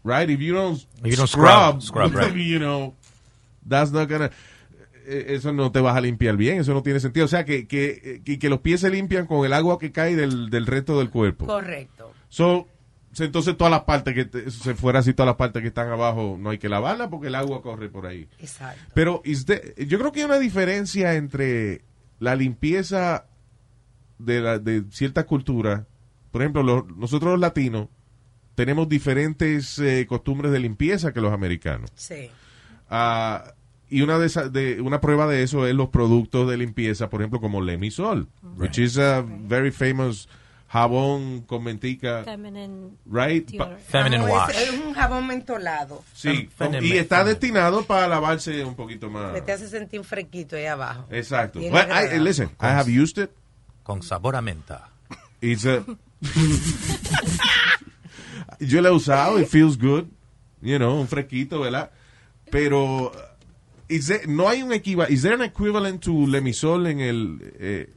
D: right? If you don't,
G: If you don't scrub, scrub, right.
D: you know, that's not gonna. eh, Eso no te vas a limpiar bien, eso no tiene sentido. O sea, que, que, eh, que, que los pies se limpian con el agua que cae del, del resto del cuerpo.
F: Correcto.
D: So, so, entonces todas las partes que te- se fuera así, todas las partes que están abajo, no hay que lavarlas porque el agua corre por ahí.
F: Exacto.
D: Pero is the- yo creo que hay una diferencia entre la limpieza de, la- de ciertas culturas. Por ejemplo, los- nosotros los latinos tenemos diferentes eh, costumbres de limpieza que los americanos.
F: Sí.
D: Ah, y una, de esa- de- una prueba de eso es los productos de limpieza, por ejemplo, como Lemisol, which is a very famous jabón con mentica,
H: Feminine.
D: right? Pa-
H: deodorant. Ah,
F: Como Es, es un jabón mentolado.
D: Sí, y está destinado para lavarse un poquito más.
F: Que te hace sentir un fresquito ahí abajo.
D: Exacto.
F: Bien
D: Well, I,
F: agradable.
D: listen, I have used it.
G: Con sabor a menta.
D: It's a- Yo lo he usado, it feels good. You know, un fresquito, ¿verdad? Pero uh, is there- no hay un equivalente. ¿Is there an equivalent to Lemisol en el eh,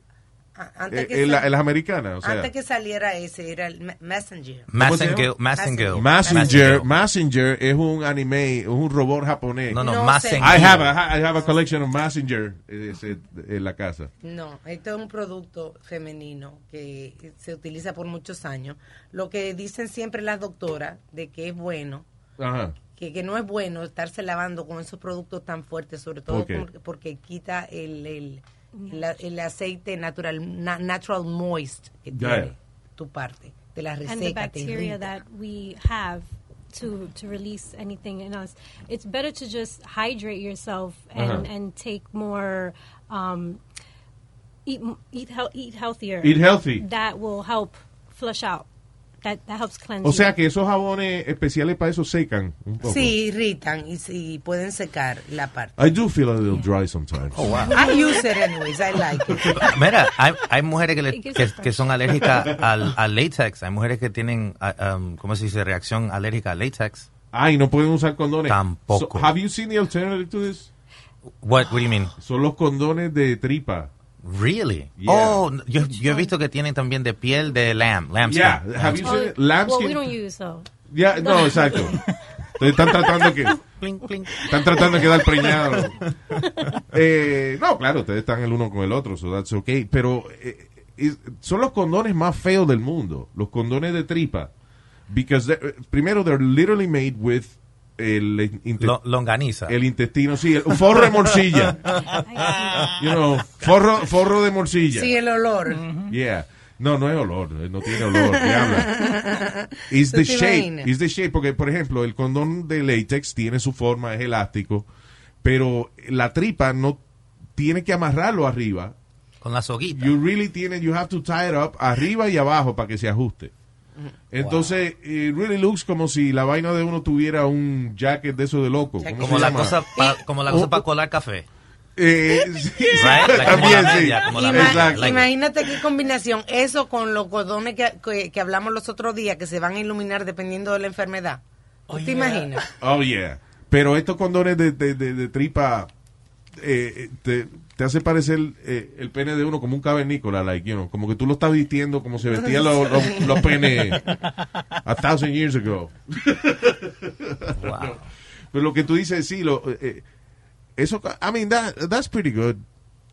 F: a- antes
D: Eh,
F: que
D: en la-
F: sal-
D: en las americanas, o sea.
F: Antes que saliera ese, era el Ma- Messenger.
D: ¿Cómo se
G: Massengill-
D: llama?
G: Massengill.
D: Messenger, Messenger es un anime, es un robot japonés.
G: No, no, No,
F: Massengill.
D: I have a, I have a collection of Messenger eh, eh, en la casa.
F: No, esto es un producto femenino que se utiliza por muchos años. Lo que dicen siempre las doctoras de que es bueno,
D: Ajá.
F: que, que no es bueno estarse lavando con esos productos tan fuertes, sobre todo
D: Ok.
F: por- porque quita el, el, la- el aceite natural, na- natural moist que
D: Ya,
F: tiene tu parte, te la
H: and the
F: reseca, te
H: bacteria
F: irrita.
H: that we have to to release anything in us. It's better to just hydrate yourself and
D: Uh-huh.
H: and take more. Um, eat m- eat hel- eat healthier.
D: Eat healthy.
H: That will help flush out. That that helps cleanse.
D: O
H: you.
D: sea que esos jabones especiales para eso secan un poco.
F: Sí, irritan y, sí, pueden secar la parte.
D: I do feel a little dry sometimes.
G: Oh, wow.
F: I use it anyways, I like it.
G: Mira, hay, hay mujeres que, le-
F: It gives
G: que-
F: us
G: que son alérgicas al, al látex. Hay mujeres que tienen, ah, um, ¿cómo se dice? Reacción alérgica al látex.
D: Ay, no pueden usar condones.
G: Tampoco.
D: So, have you seen the alternative to this?
G: What, what do you mean?
D: Son los condones de tripa.
G: Really?
D: Yeah.
G: Oh, no, yo, yo he visto que tienen también de piel de lamb. lamb skin.
D: Yeah, have you
H: Oh,
D: seen it? Lambskin-
H: Well, we don't use though.
D: Ya, no, exacto. Entonces, Están tratando que
H: Plink, plink.
D: están tratando de quedar preñados. Eh, no, claro, ustedes están el uno con el otro, so that's okay. Pero eh, es- son los condones más feos del mundo, los condones de tripa, because they're- eh, primero they're literally made with el inte-
G: Lo- longaniza.
D: el intestino, sí, el forro de morcilla, you know, forro, forro de morcilla.
F: Sí, el olor.
D: Yeah. No, no es olor, eh, no tiene olor, ¿qué habla? It's the
F: ¿Tú te
D: shape,
F: imaginas?
D: it's the shape, porque por ejemplo, el condón de latex tiene su forma, es elástico, pero la tripa no tiene que amarrarlo arriba.
G: Con la soguita.
D: You really tiene, you have to tie it up arriba y abajo para que se ajuste. Entonces, it really looks como si la vaina de uno tuviera un jacket de eso de loco. ¿Cómo
G: Como
D: se
G: la,
D: llama?
G: cosa pa- como la cosa para colar café.
D: Eh, sí,
G: Right? La- como
D: también
G: la
D: sí.
G: media, como la
F: Ima-
G: media,
D: Exacto.
G: like-
F: Imagínate qué combinación. Eso con los codones que, que- que hablamos los otros días, que se van a iluminar dependiendo de la enfermedad. ¿Tú te imaginas?
D: Oh, yeah. Pero estos condones de, de- de- de tripa eh, te, te hace parecer eh, el pene de uno como un cavernícola, like, you know, como que tú lo estás vistiendo como se vestían los, los- los penes a thousand years ago.
G: Wow.
D: Pero lo que tú dices, sí, lo, eh, eso, I mean, that, that's pretty good.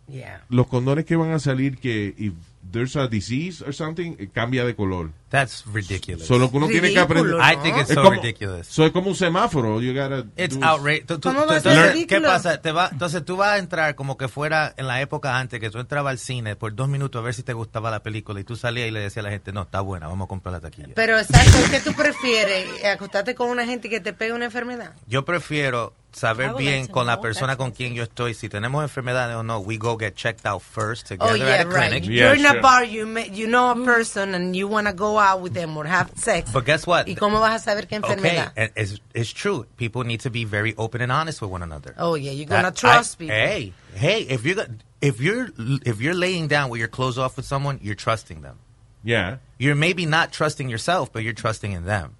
F: Yeah.
D: Los condones que van a salir que if there's a disease or something, eh, cambia de color.
G: That's ridiculous.
D: Solo que uno tiene que aprender.
G: I think it's
D: Es
G: so
D: como-
G: ridiculous.
D: So es como un semáforo. You gotta
G: It's
D: do-
G: outrageous. Tú- tú-
D: ¿Cómo
G: tú-
D: va a ser
G: entonces,
D: ridículo?
G: ¿Qué pasa? Te va, entonces tú vas a entrar como que fuera en la época antes que tú entrabas al cine por dos minutos a ver si te gustaba la película y tú salías y le decías a la gente, no, está buena, vamos a comprar la taquilla.
F: Pero exacto, ¿qué tú prefieres? ¿Acostarte con una gente que te pega una enfermedad?
G: Yo prefiero saber
F: Travel
G: bien
F: license,
G: con la
F: no,
G: persona con quien yo estoy. Si tenemos enfermedades o no, we go get checked out first together
F: Oh, yeah,
G: at a
F: right.
G: clinic.
F: You're in a bar, you, ma- you know a person and you want to go out with them or have sex.
G: But guess what?
F: ¿Y cómo vas a saber qué
G: Okay,
F: enfermedad?
G: and it's, it's true. People need to be very open and honest with one another.
F: Oh, yeah, you're gonna
G: That-
F: trust
G: I-
F: people.
G: Hey, hey, if you're go- if you're if you're laying down with your clothes off with someone, you're trusting them.
D: Yeah.
G: You're maybe not trusting yourself, but you're trusting in them.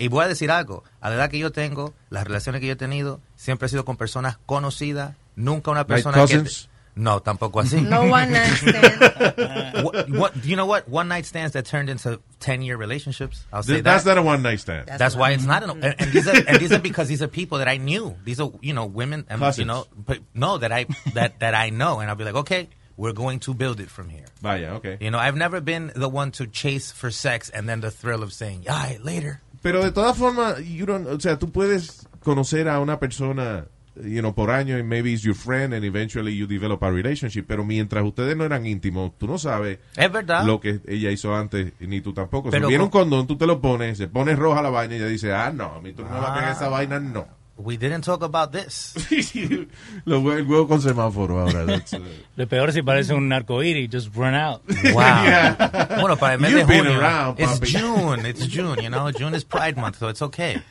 G: Y voy a decir algo. A la edad que yo tengo, las relaciones que yo he tenido siempre ha sido con personas conocidas, nunca una
D: Like
G: persona que
D: cousins?
G: no, tampoco así.
F: No one night stand.
G: what, what- you know what? One night stands that turned into 10-year relationships. I'll say
D: Th- that's
G: that.
D: not a one night stand.
G: That's, why it's not an. And, and these are and these are because these are people that I knew. These are you know women. And, you
D: Cousins.
G: know, but no, that I that that I know, and I'll be like, okay, we're going to build it from here.
D: Vaya, okay.
G: You know, I've never been the one to chase for sex and then the thrill of saying, all right, later.
D: Pero de todas formas, you don't- o sea, tú puedes conocer a una persona, you know, por año, and maybe it's your friend, and eventually you develop a relationship. Pero mientras ustedes no eran íntimos, tú no sabes
G: Es verdad.
D: lo que ella hizo antes, ni tú tampoco.
G: Pero
D: si viene
G: con-
D: un condón, tú te lo pones, se pone roja la vaina y ella dice, ah, no, a mí tú no me vas a pegar esa vaina, no.
G: We didn't talk about this.
D: Lo hue- el huevo con semáforo ahora. that's, uh,
E: Lo peor si parece un narcoíris, just run out.
G: Wow. Bueno, para el mes de
D: You've been
G: junio.
D: around,
G: it's
D: papi.
G: June. It's June, you know. June is Pride Month, so it's okay.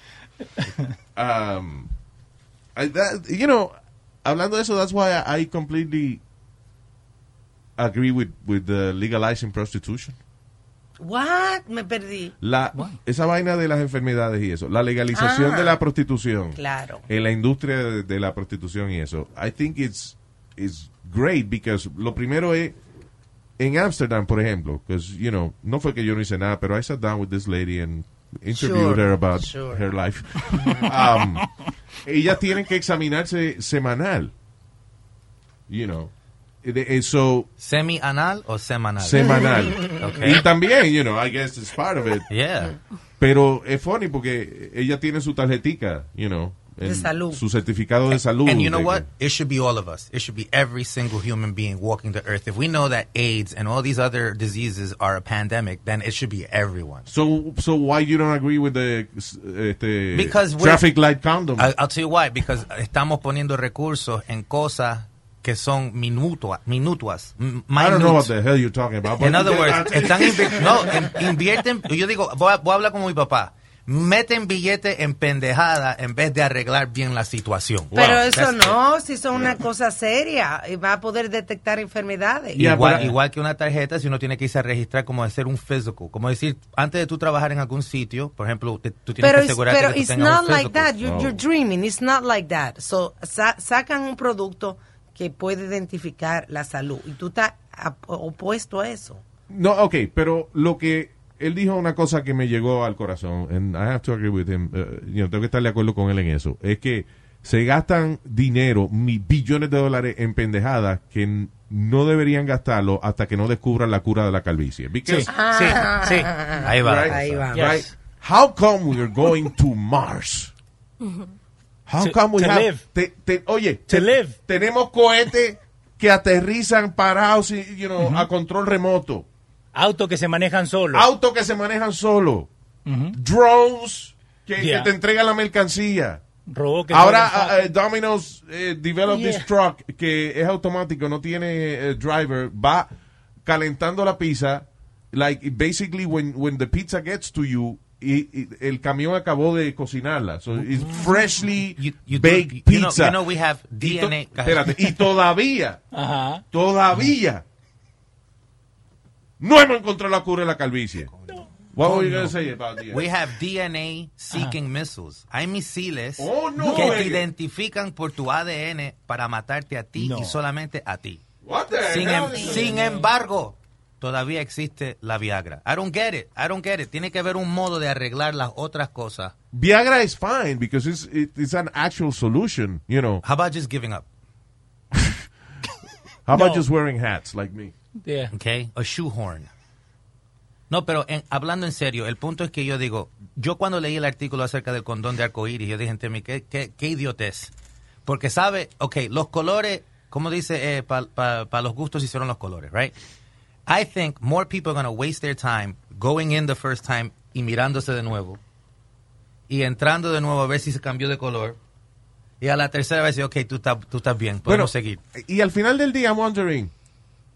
D: um, I- that- you know, hablando de eso, that's why I, I completely agree with, with the legalizing prostitution.
F: What? Me perdí.
D: La, esa vaina de las enfermedades y eso, la legalización
F: Ah,
D: de la prostitución,
F: claro.
D: en la industria de, de la prostitución y eso, I think it's, it's great because lo primero es en Amsterdam, por ejemplo, because, you know, no fue que yo no hice nada, pero I sat down with this lady and
M: Sure,
D: interviewed her about
M: sure.
D: her life. Um, ella tiene que examinarse semanal. You know. Y de- eh, so,
G: ¿Semi-anal o semanal?
D: semanal.
G: Okay.
D: Y también, you know, I guess it's part of it.
G: Yeah.
D: Pero es funny porque ella tiene su tarjetica, you know.
G: De
D: el-
G: salud.
D: Su certificado de salud.
G: And you know
D: de que-
G: what? It should be all of us. It should be every single human being walking the earth. If we know that AIDS and all these other diseases are a pandemic, then it should be everyone.
D: So, so why you don't agree with the este,
G: Because we're-
D: traffic light condom?
G: I- I'll tell you why. Because estamos poniendo recursos en cosas que son minutua, minutuas. m-
D: I don't know
G: minutes.
D: what the hell you're talking about. but-
G: In other words,
D: Yeah,
G: están invi- no, in- invierten, yo digo, voy a, voy a hablar como mi papá. Meten billetes en pendejada en vez de arreglar bien la situación.
F: Pero
G: Wow,
F: eso
G: that's it.
F: no, si son una cosa seria, eh, va a poder detectar enfermedades.
G: igual, igual que una tarjeta, si uno tiene que irse a registrar, como hacer un physical. Como decir, antes de tú trabajar en algún sitio, por ejemplo, te- tú tienes
F: pero
G: que
F: it's,
G: asegurarte que
F: pero
G: tú
F: it's
G: tengas
F: not
G: un
F: like
G: physical.
F: that. You're, you're dreaming. It's not like that. So, sa- sacan un producto que puede identificar la salud. Y tú estás ap- opuesto a eso.
D: No, ok, pero lo que él dijo una cosa que me llegó al corazón, and I have to agree with him, uh, you know, tengo que estar de acuerdo con él en eso, es que se gastan dinero, mi, billones de dólares en pendejadas que n- no deberían gastarlo hasta que no descubran la cura de la calvicie. Because-
M: sí, sí.
G: Ahí va.
D: Right?
M: Ah. Ahí va.
D: Right?
M: Yes.
D: How come we are going to Mars? How
M: To-
D: come we
M: to
D: have-
M: live.
D: te- te- oye, te- tenemos cohetes que aterrizan parados, y, you know, a control remoto.
E: Autos que se manejan solos.
D: Autos que se manejan solo. Drones que, que
E: Yeah.
D: te entregan la mercancía.
E: Robó que
D: Ahora
E: fueron-
D: ah, eh, Domino's eh, developed
E: Yeah.
D: this truck que es automático, no tiene eh, driver, va calentando la pizza. Like basically when when the pizza gets to you, y, y el camión acabó de cocinarla, so it's freshly baked
G: Mm. you know-
D: pizza.
G: you know we have
D: Y to-
G: DNA.
D: espérate, y todavía, todavía no hemos encontrado la cura de la calvicie. Oh. What were you gonna say about the-
G: We have DNA seeking
F: Ah.
G: missiles. Hay misiles
D: Oh, no,
G: que te
D: eh.
G: identifican por tu ADN para matarte a ti y solamente a ti.
D: What the
G: sin,
D: hell
G: em-
D: is-
G: sin embargo, todavía existe la Viagra. I don't get it. I don't get it. Tiene que haber un modo de arreglar las otras cosas.
D: Viagra is fine because it's it, it's an actual solution, you know.
G: How about just giving up?
D: How about
G: No.
D: just wearing hats like me?
E: Yeah.
G: Okay, a shoehorn. No, pero en- hablando en serio, el punto es que yo digo, yo cuando leí el artículo acerca del condón de arcoíris, yo dije, entre mí, qué, qué, qué idiotez. Porque sabe, ok, los colores, como dice, eh, para los gustos hicieron los colores, right? I think more people are going to waste their time going in the first time y mirándose de nuevo y entrando de nuevo a ver si se cambió de color. Y a la tercera vez, ok, tú estás, tú estás bien, podemos seguir.
D: Y al final del día, I'm wondering,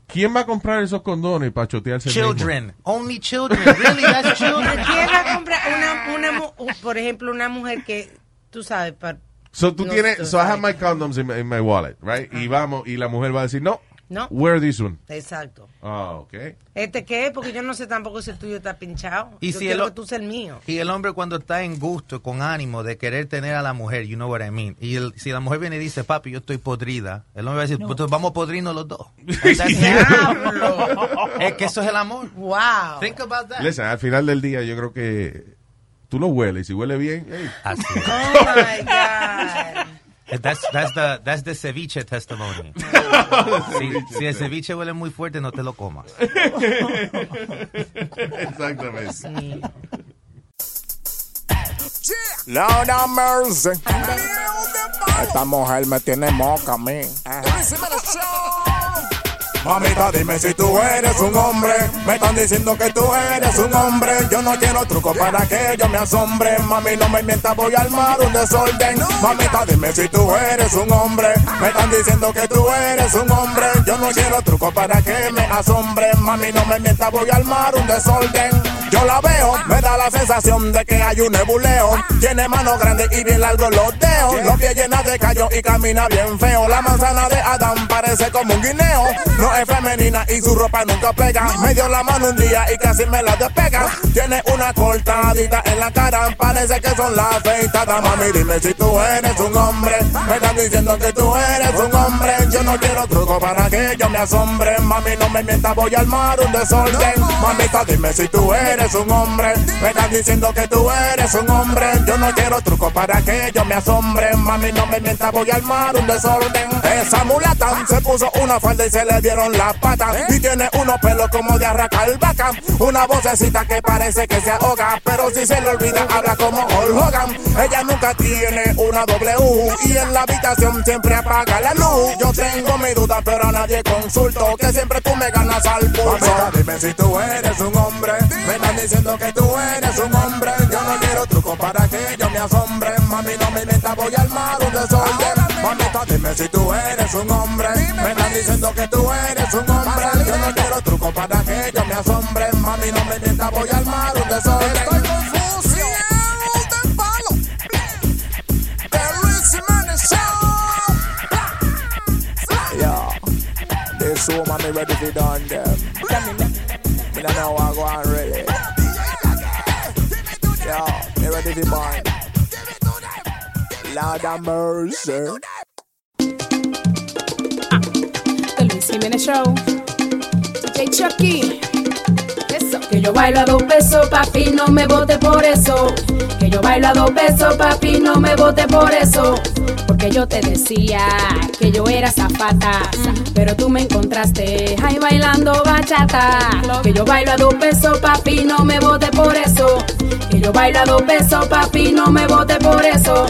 D: ¿quién va a comprar esos condones para chotearse? el mismo?
G: Children, only children, really, that's children.
F: ¿Pero ¿Quién va a comprar una, una mu- u- por ejemplo, una mujer que, tú sabes, pa-
D: So tú
F: No,
D: tienes,
F: tú
D: so I have my condoms in my, in my wallet, right? Y vamos, y la mujer va a decir, no,
F: No.
D: wear this one.
F: exacto.
D: Ah, okay.
F: ¿Este qué? Porque yo no sé tampoco si el tuyo está pinchado.
G: Y
F: yo
G: si
F: quiero
G: el o-
F: que tú seas el mío.
G: Y el hombre cuando está en gusto, con ánimo de querer tener a la mujer, you know what I mean. Y el- si la mujer viene y dice, papi, yo estoy podrida, el hombre va a decir, "Pues vamos a podrirnos los dos. And that's it. es que eso es el amor.
F: Wow.
G: Think about that.
D: Listen, al final del día, yo creo que tú lo hueles, si huele bien, hey.
G: Así.
D: Oh
G: Oh, That's, that's the, that's the ceviche testimony. si, si el ceviche huele muy fuerte, no te lo comas.
D: Exactamente.
N: Lord Mercy. Esta mujer me tiene moca a mí. Mamita, dime si tú eres un hombre. Me están diciendo que tú eres un hombre. Yo no quiero truco para que yo me asombre. Mami, no me mientas, voy a armar un desorden. Mamita, dime si tú eres un hombre. Me están diciendo que tú eres un hombre. Yo no quiero truco para que me asombre. Mami, no me mientas, voy a armar un desorden. Yo la veo, me da la sensación de que hay un nebuleo. Tiene manos grandes y bien largos los dedos. Los pies llenos de callos y camina bien feo. La manzana de Adán parece como un guineo. No es femenina y su ropa nunca pega. Me dio la mano un día y casi me la despega. Tiene una cortadita en la cara, parece que son las afeitadas. Mami, dime si tú eres un hombre. Me están diciendo que tú eres un hombre. Yo no quiero truco para que yo me asombre. Mami, no me mientas, voy a armar un desorden. Mamita, dime si tú eres un hombre. Me están diciendo que tú eres un hombre. Yo no quiero truco para que yo me asombre. Mami, no me mientas, voy a armar un desorden. Esa mulata se puso una falda y se le dieron las patas. Y tiene unos pelos como de arracar vaca. Una vocecita que parece que se ahoga. Pero si se le olvida, habla como Hulk Hogan. Ella nunca tiene una W. Y en la habitación siempre apaga la luz. Yo tengo mi duda, pero a nadie consulto. Que siempre tú me ganas al pulso.
L: Mamita,
N: Dime si tú eres un hombre. Me están diciendo que tú eres un hombre. Yo no quiero truco para que yo me asombre. Mami, no me mientas, voy a armar un desorden. Mamita, dime si tú eres un hombre. Me están diciendo que tú eres un hombre. Yo no quiero truco para que yo me asombre. Mami, no me mientas, voy a armar un desorden. Estoy confuso.
L: Yeah, this woman me ready to done them. Me don't know what go on really. Yeah, me ready to bind. Lord have mercy.
K: The Luis Jiménez Show. DJ Chucky. Eso. Que yo bailo a dos pesos, papi, no me vote por eso. Que yo bailo a dos pesos, papi, no me vote por eso. Porque yo te decía que yo era zapata. Pero tú me encontraste ahí bailando bachata. Que yo bailo a dos pesos, papi, no me vote por eso. Que yo bailo a dos pesos, papi, no me vote por eso.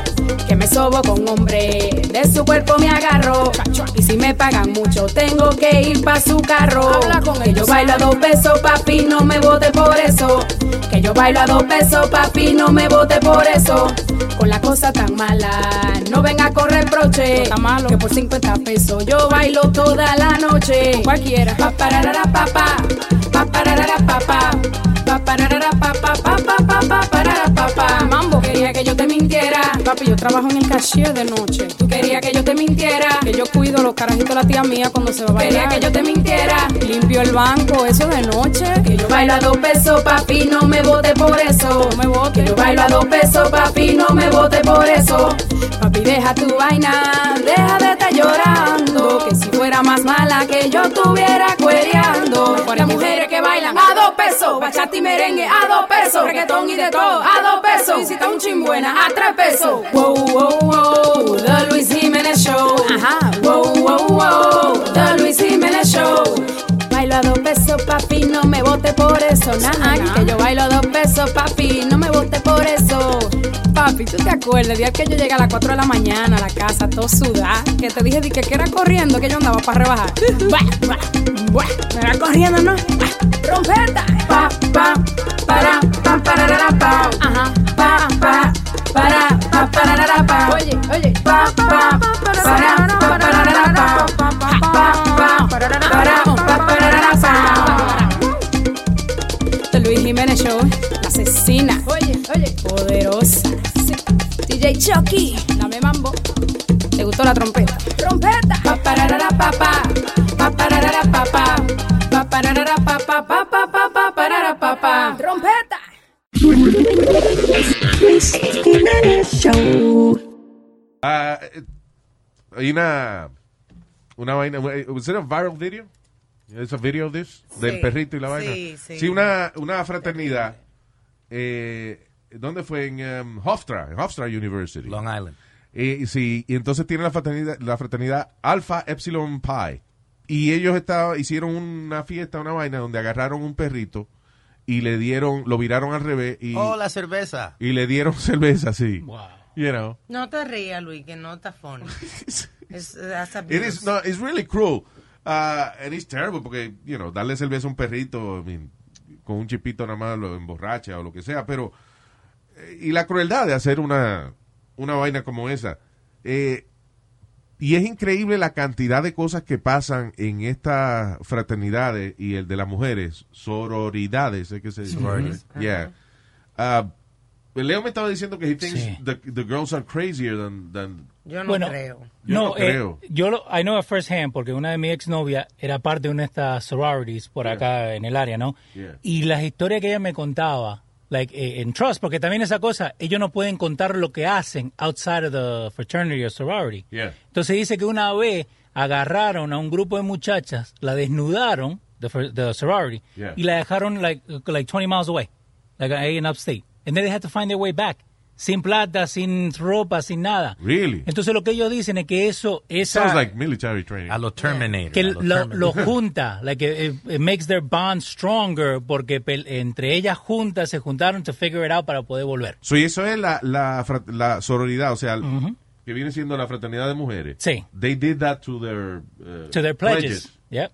K: Que me sobo con hombre, de su cuerpo me agarro. Y si me pagan mucho, tengo que ir pa' su carro. Que yo bailo a dos pesos, papi, no me vote por eso. Que yo bailo a dos pesos, papi, no me vote por eso. Con la cosa tan mala, no venga con reproche. Que por 50 pesos yo bailo toda la noche. Cualquiera. Pa pararara papá, pa pararara papá. Pa pararara papá, pa pa pa pa pararara papá. Mambo quería que yo te mintiera. Papi, yo trabajo en el cashier de noche. Tú querías que yo te mintiera. Que yo cuido los carajitos de la tía mía cuando se va a bailar.
M: Quería que yo te mintiera.
K: Limpio el banco, eso de noche. Que yo bailo a dos pesos, papi, no me vote por eso. No me vote. Que yo bailo a dos pesos, papi, no me vote por eso. Papi, deja tu vaina, deja de estar llorando. Que si fuera más mala que yo estuviera cuereando. Las mujeres que bailan a dos pesos, bachata y merengue a dos pesos, reggaetón y de todo a dos pesos. Y si está un chimbuena a tres pesos. Wow, wow, wow, The Luis Jiménez Show. Ajá. Wow, wow, wow, The Luis Jiménez Show. Bailo a dos pesos, papi, no me vote por eso, nada. Que yo bailo a dos pesos, papi, no me vote por eso. Papi, ¿tú te acuerdas el día que yo llegué a las 4 de la mañana a la casa, todo sudada? Que te dije di que, que era corriendo, que yo andaba para rebajar. Buah, buah, buah, me era corriendo, ¿no? Buah, Trompeta. Pa, pa, para, pa, pararara, pa. Ajá. Pa, pa, para, pa, pararara, pa. Oye, oye. Pa, pa, para, pa, pararara, pa. Pa, pa, pararara, para, pa, pararara, pa. The Este Luis Jiménez Show, la asesina. Oye, oye. Poderosa. DJ Chucky. Dame mambo. ¿Te gustó la trompeta? ¡Trompeta! Pa pararara papá. Pa pararara papá. Pa pararara papá. Pa pa pa pa parara papá. ¡Trompeta!
M: Luis Jiménez Show.
D: Ah, eh, hay una, una vaina. ¿Was it a viral video? ¿Es a video of this? Del perrito y la vaina.
L: sí, sí.
D: una, una fraternidad. eh, ¿Dónde fue? En em, Hofstra, en Hofstra University. Long Island. sí, y entonces tiene la fraternidad, la fraternidad Alpha Epsilon Pi. Y ellos estaba, hicieron una fiesta, una vaina, donde agarraron un perrito y le dieron, lo viraron al revés y,
G: Oh, la cerveza.
D: y le dieron cerveza, sí. You know.
F: No te rías, Luis, que no está funny. Es- that's
D: It is,
F: abuse.
D: no, it's really cruel. Uh, and it's terrible porque, you know, darle cerveza a un perrito I mean, con un chipito nada más lo emborracha o lo que sea, pero... eh, Y la crueldad de hacer una, una vaina como esa. Eh, Y es increíble la cantidad de cosas que pasan en estas fraternidades y el de las mujeres, sororidades, es que se dice.
G: Sororities.
D: Ujú. Yeah. Ah, Leo me estaba diciendo que he thinks the, the girls are crazier than, than
F: Yo no creo.
D: Yo no
E: eh,
D: creo.
E: yo lo, I know at first hand porque una de mis exnovias era parte de una de estas sororities por acá en el área, ¿no?
O: Yeah.
E: Y las historias que ella me contaba, like eh, en trust, porque también esa cosa, ellos no pueden contar lo que hacen outside of the fraternity or sorority.
O: Yeah.
E: Entonces dice que una vez agarraron a un grupo de muchachas, la desnudaron, the, fr- the sorority,
O: Yeah.
E: y la dejaron like, like 20 miles away, like ahí en upstate. And then they had to find their way back. Sin plata, sin ropa, sin nada.
D: Really?
E: Entonces lo que ellos dicen es que eso esa,
D: Sounds like military training.
G: A los Terminator.
E: que
G: a
E: lo,
G: los Terminator.
E: lo junta, like it, it makes their bond stronger porque pel- entre ellas juntas se juntaron to figure it out para poder volver.
D: So, y eso es la, la, fra- la sororidad, o sea, que viene siendo la fraternidad de mujeres.
E: Sí.
D: They did that to their, eh,
E: To their pledges. Yep.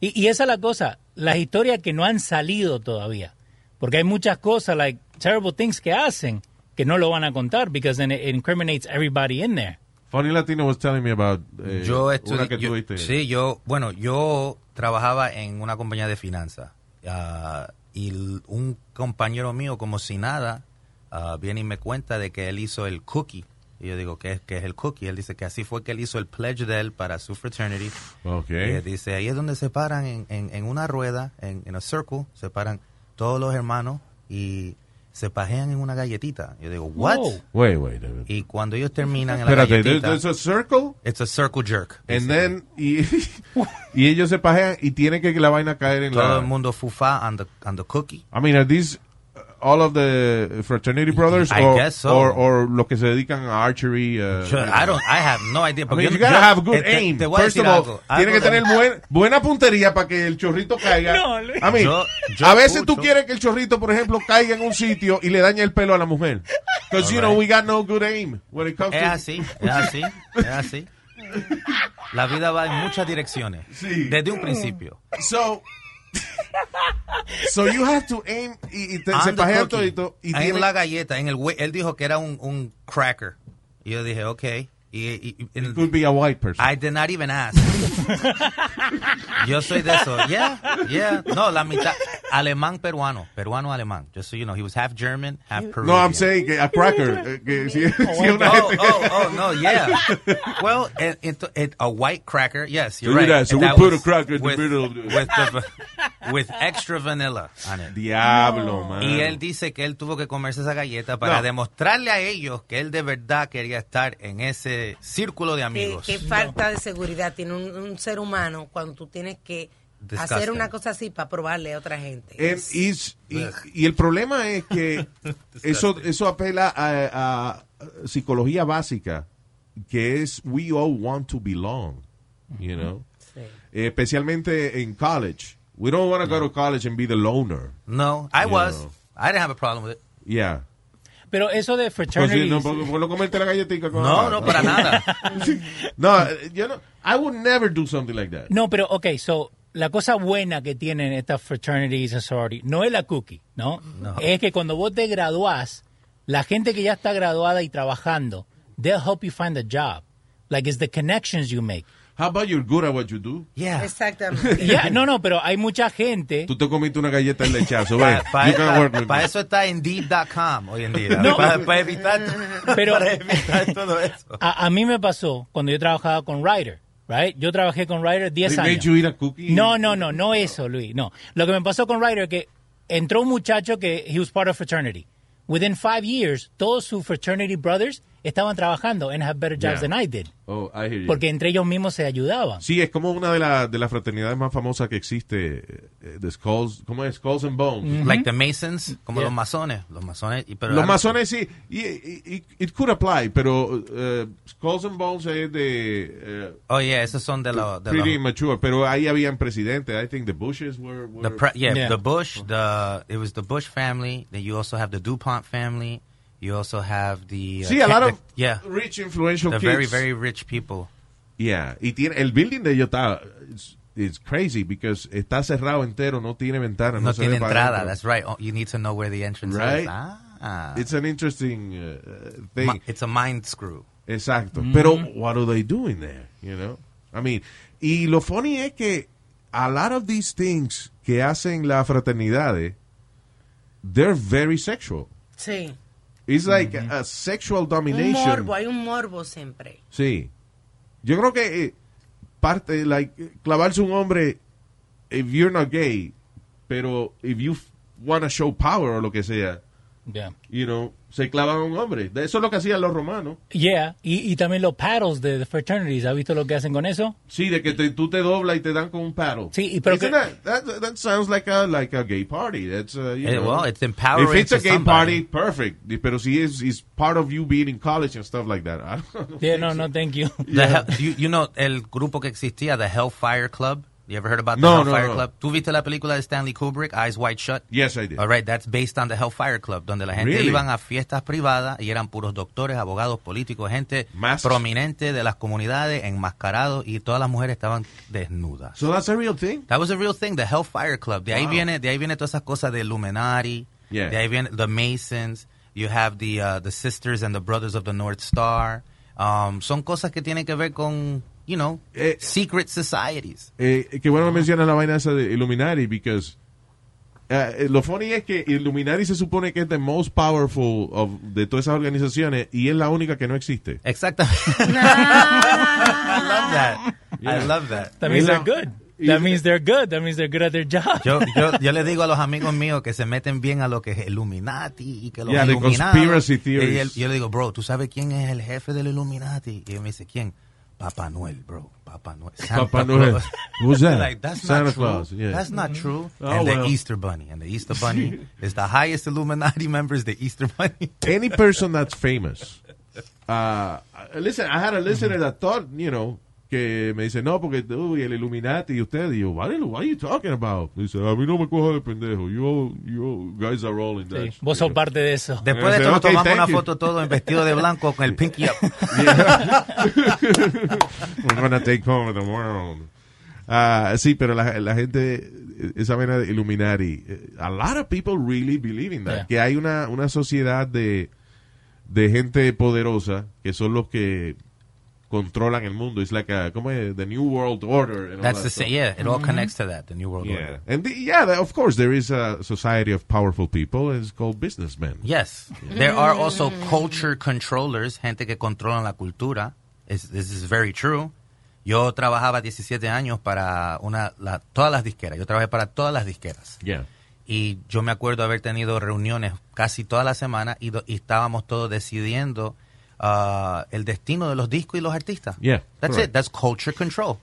E: Y, y esa es la cosa, las historias que no han salido todavía, porque hay muchas cosas, like terrible things que hacen que no lo van a contar because then it incriminates everybody in there.
D: Funny Latino was telling me about eh,
G: yo
D: una
G: estudié,
D: que
G: yo-
D: tuviste.
G: sí, yo, bueno, yo trabajaba en una compañía de finanzas ah, y l- un compañero mío, como si nada, ah, viene y me cuenta de que él hizo el cookie. Y yo digo, ¿qué es, qué es el cookie? Él dice que así fue que él hizo el pledge de él para su fraternity.
D: Ok.
G: Eh, dice, ahí es donde se paran en, en- en una rueda, en, en a circle, se paran todos los hermanos y se pajean en una galletita. Yo digo, ¿what?
D: Whoa. Wait, wait, wait.
G: Y cuando ellos terminan en la
D: Espérate, there-
G: galletita...
D: there's a circle
G: It's a circle jerk.
D: and then y, y ellos se pajean y tienen que la vaina caer en
G: Todo
D: la
G: el mundo fufa on the, on the cookie.
D: I mean, are these uh, all of the fraternity brothers
G: I
D: or,
G: guess so.
D: or or los que se dedican a archery? uh,
G: Yo- I don't, I have no idea.
D: I
G: porque
D: mean,
G: yo-
D: you gotta
G: yo-
D: have good
G: eh, te-
D: aim.
G: te voy a
D: First of
G: decir
D: all,
G: algo.
D: tiene que
G: Algo-
D: tener buen- buena puntería para que el chorrito caiga.
G: No, Luis.
D: I mean,
G: Yo- yo
D: a veces tú
G: escucho.
D: quieres que el chorrito, por ejemplo, caiga en un sitio y le dañe el pelo a la mujer. Because, you know, we got no good aim when it comes
G: Es
D: to...
G: así, es así, es así. La vida va en muchas direcciones. Desde un principio.
D: So, so you have to aim y, y te,
G: On
D: se
G: the
D: pajean
G: cookie.
D: todito y
G: en
D: tiene-
G: la galleta, en el hue- él dijo que era un, un cracker. Y yo dije, ok. Y, y- y-
D: It could be a white person.
G: I did not even ask. yo soy de eso. Yeah, yeah. No, la mitad. Alemán peruano. Peruano alemán. Just so you know, he was half German, half Peruvian.
D: No, I'm saying que a cracker. eh, que si- si una
G: oh,
D: gente-
G: oh, oh, no, yeah. Well, it, it, it, a white cracker, yes, you're
D: Look at
G: right.
D: that. So
G: And
D: we
G: that
D: put
G: was
D: a cracker in the
G: with-
D: middle of the-
G: with, the, va- with extra vanilla on it.
D: Diablo, No. mano.
G: Y él dice que él tuvo que comerse esa galleta para
D: No.
G: demostrarle a ellos que él de verdad quería estar en ese círculo de
F: ¿Qué,
G: amigos.
F: qué falta de seguridad tiene un, un ser humano cuando tú tienes que hacer
G: Disgusting.
F: una cosa así para probarle a otra gente?
D: Eh, y, y- y el problema es que eso, eso apela a, a psicología básica, que es we all want to belong, you know? Eh, especialmente en college. We don't want to go to college and be the loner.
G: No, I
D: You
G: was.
D: know.
G: I didn't have a problem with it.
D: Yeah.
E: Pero eso de
D: Pues sí,
E: fraternities,
D: no, por, por no comerte la galletita. con-
G: No, no, para nada.
D: no, eh, yo no, I would never do something like that.
E: No, pero, ok, so, la cosa buena que tienen estas fraternities and sororities no es la cookie, ¿no? Es que cuando vos te graduás, la gente que ya está graduada y trabajando, they'll help you find a job. Like, it's the connections you make.
D: How about you're good at what you do?
G: Yeah.
F: Exactamente.
E: Yeah, no, no, pero hay mucha gente.
D: Tú te comiste una galleta en lechazo,
G: Para
D: ven. You can work with me.
G: eso está Indeed.com hoy en día.
E: No.
G: Para, para evitar,
E: Pero-
G: para evitar todo eso.
E: A, a mí me pasó cuando yo trabajaba con Ryder, right? Yo trabajé con Ryder 10
D: They
E: años.
D: made you eat a cookie?
E: No, no, no, no eso, Luis, no. Lo que me pasó con Ryder que entró un muchacho que he was part of fraternity. Within five years, todos sus fraternity brothers estaban trabajando and have better jobs
D: Yeah.
E: than I did.
D: Oh, I hear you.
E: Porque entre ellos mismos se ayudaban.
D: Ah. Sí, es como una de, la- de las fraternidades más famosas que existe, eh, de Skulls, ¿cómo es? Skulls and Bones.
G: Like the Masons, como
D: Mm-hmm. Yeah.
G: los masones. Los masones. y- Pero
D: Los masones sí, y, y- y- it could apply, pero eh, Skulls and Bones es de... eh,
G: Oh, yeah, esos son de los. de
D: pretty
G: los-
D: immature, pero ahí habían presidentes. I think the Bushes were... were
G: the pre- yeah, the Bush. The it was the Bush family. Then you also have the Dupont family. You also have the. uh,
D: Sí, a lot
G: the-
D: of
G: yeah,
D: rich, influential
G: the very
D: kids.
G: very rich people.
D: Yeah, y tiene, el building de ellos está... It's, it's crazy because está cerrado entero, no tiene ventana.
G: No,
D: No, se ve
G: tiene
D: para
G: entrada.
D: adentro.
G: That's right. Oh, you need to know where the entrance
D: Right?
G: is. Ah,
D: It's an interesting uh, thing.
G: Mi- it's a mind screw.
D: Exacto. Pero, what are they doing there? You know? I mean, y lo funny es que a lot of these things que hacen las fraternidades, they're very sexual.
F: Sí.
D: It's like a sexual
F: Un
D: domination.
F: morbo, hay un morbo siempre.
D: Sí. Yo creo que eh, parte, like, clavarse un hombre, if you're not gay, pero if you want to show power o lo que sea,
E: Yeah.
D: you know, se clavan a un hombre. De Eso es lo que hacían los romanos.
E: Yeah, y, y también los paddles de, de fraternities. ¿Has visto lo que hacen con eso?
D: Sí, de que te- tú te doblas y te dan con un paddle.
E: Sí, y pero
D: Isn't
E: que-
D: that, that, that sounds like a, like a gay party. That's, uh, you
G: Eh,
D: know.
G: well, it's empowering
D: If it's a
G: to
D: gay
G: somebody.
D: party, perfect. Pero si es it's part of you being in college and stuff like that. I don't know.
E: Yeah, no, no, thank you.
G: The Hell- you, you know el grupo que existía, The Hellfire Club. You ever heard about the
D: No, no,
G: Hellfire
D: no.
G: Club? ¿Tú viste la película de Stanley Kubrick, Eyes Wide Shut?
D: Yes, I did.
G: All right, that's based on the Hellfire Club, donde la gente
D: Really?
G: iban a fiestas privadas y eran puros doctores, abogados, políticos, gente prominente de las comunidades, enmascarados y todas las mujeres estaban desnudas.
D: So that's a real thing.
G: That was a real thing, the Hellfire Club. De ahí
D: Wow.
G: viene, de ahí viene todas esas cosas de Illuminati.
D: Yeah.
G: De ahí viene the Masons. You have the uh, the Sisters and the Brothers of the North Star. Um, son cosas que tienen que ver con, you know, secret societies.
D: Eh, que bueno que mencionas la vaina esa de Illuminati, because eh, eh, lo funny es que Illuminati se supone que es the most powerful of, de todas esas organizaciones y es la única que no existe.
G: Exactamente.
M: Ah.
G: I love that. I
D: Yeah.
G: love that.
E: That means they're good. That means they're good. That means they're good at their job.
G: Yo, yo, yo le digo a los amigos míos que se meten bien a lo que es Illuminati y que los
D: Yeah, the
G: iluminados-
D: conspiracy theories.
G: Y él- yo le digo, bro, ¿tú sabes quién es el jefe del Illuminati? Y él me dice, ¿quién? Papá Noel, bro. Papá Noel. Santa
D: Papá Noel.
G: Claus.
D: Who's that?
G: Like, that's
D: Santa
G: not true.
D: Claus, yeah.
G: That's not
E: Mm-hmm.
G: true.
D: Oh,
G: and
D: well.
G: the Easter Bunny. And the Easter Bunny is the highest Illuminati member is the Easter Bunny.
D: Any person that's famous. Uh, listen, I had a listener that thought, you know, que me dice, no, porque tú y el Illuminati y usted. Y yo, what, are you- what are you talking about? Dice, a mí no me cojo de pendejo. You, all- you all guys are all in that.
E: Sí, Vos sos parte de eso.
G: Después de esto
D: Ese,
G: nos
D: ok,
G: tomamos
D: thank
G: una
D: you.
G: foto todo en vestido de blanco con el pinky up.
D: We're gonna take over the world. Ah, sí, pero la, la gente, esa vena de Illuminati, eh, a lot of people really believe in
E: Yeah.
D: that. Que hay una, una sociedad de, de gente poderosa que son los que controlan el mundo. Es like a, ¿cómo es? The New World Order. and all
G: That's
D: that
G: the
D: stuff.
G: same. Yeah, it
E: Mm-hmm.
G: all connects to that, the New World
D: Yeah.
G: Order.
D: And the- yeah, the- of course, there is a society of powerful people. It's called businessmen.
G: Yes. There are also culture controllers, gente que controlan la cultura. Is- This is very true. Yo trabajaba 17 años para una, la- todas las disqueras. Yo trabajé para todas las disqueras.
D: Yeah.
G: Y yo me acuerdo haber tenido reuniones casi toda la semana y, do- y estábamos todos decidiendo ah, el destino de los discos y los artistas.
D: Yeah,
G: That's
D: correct.
G: it. That's culture control.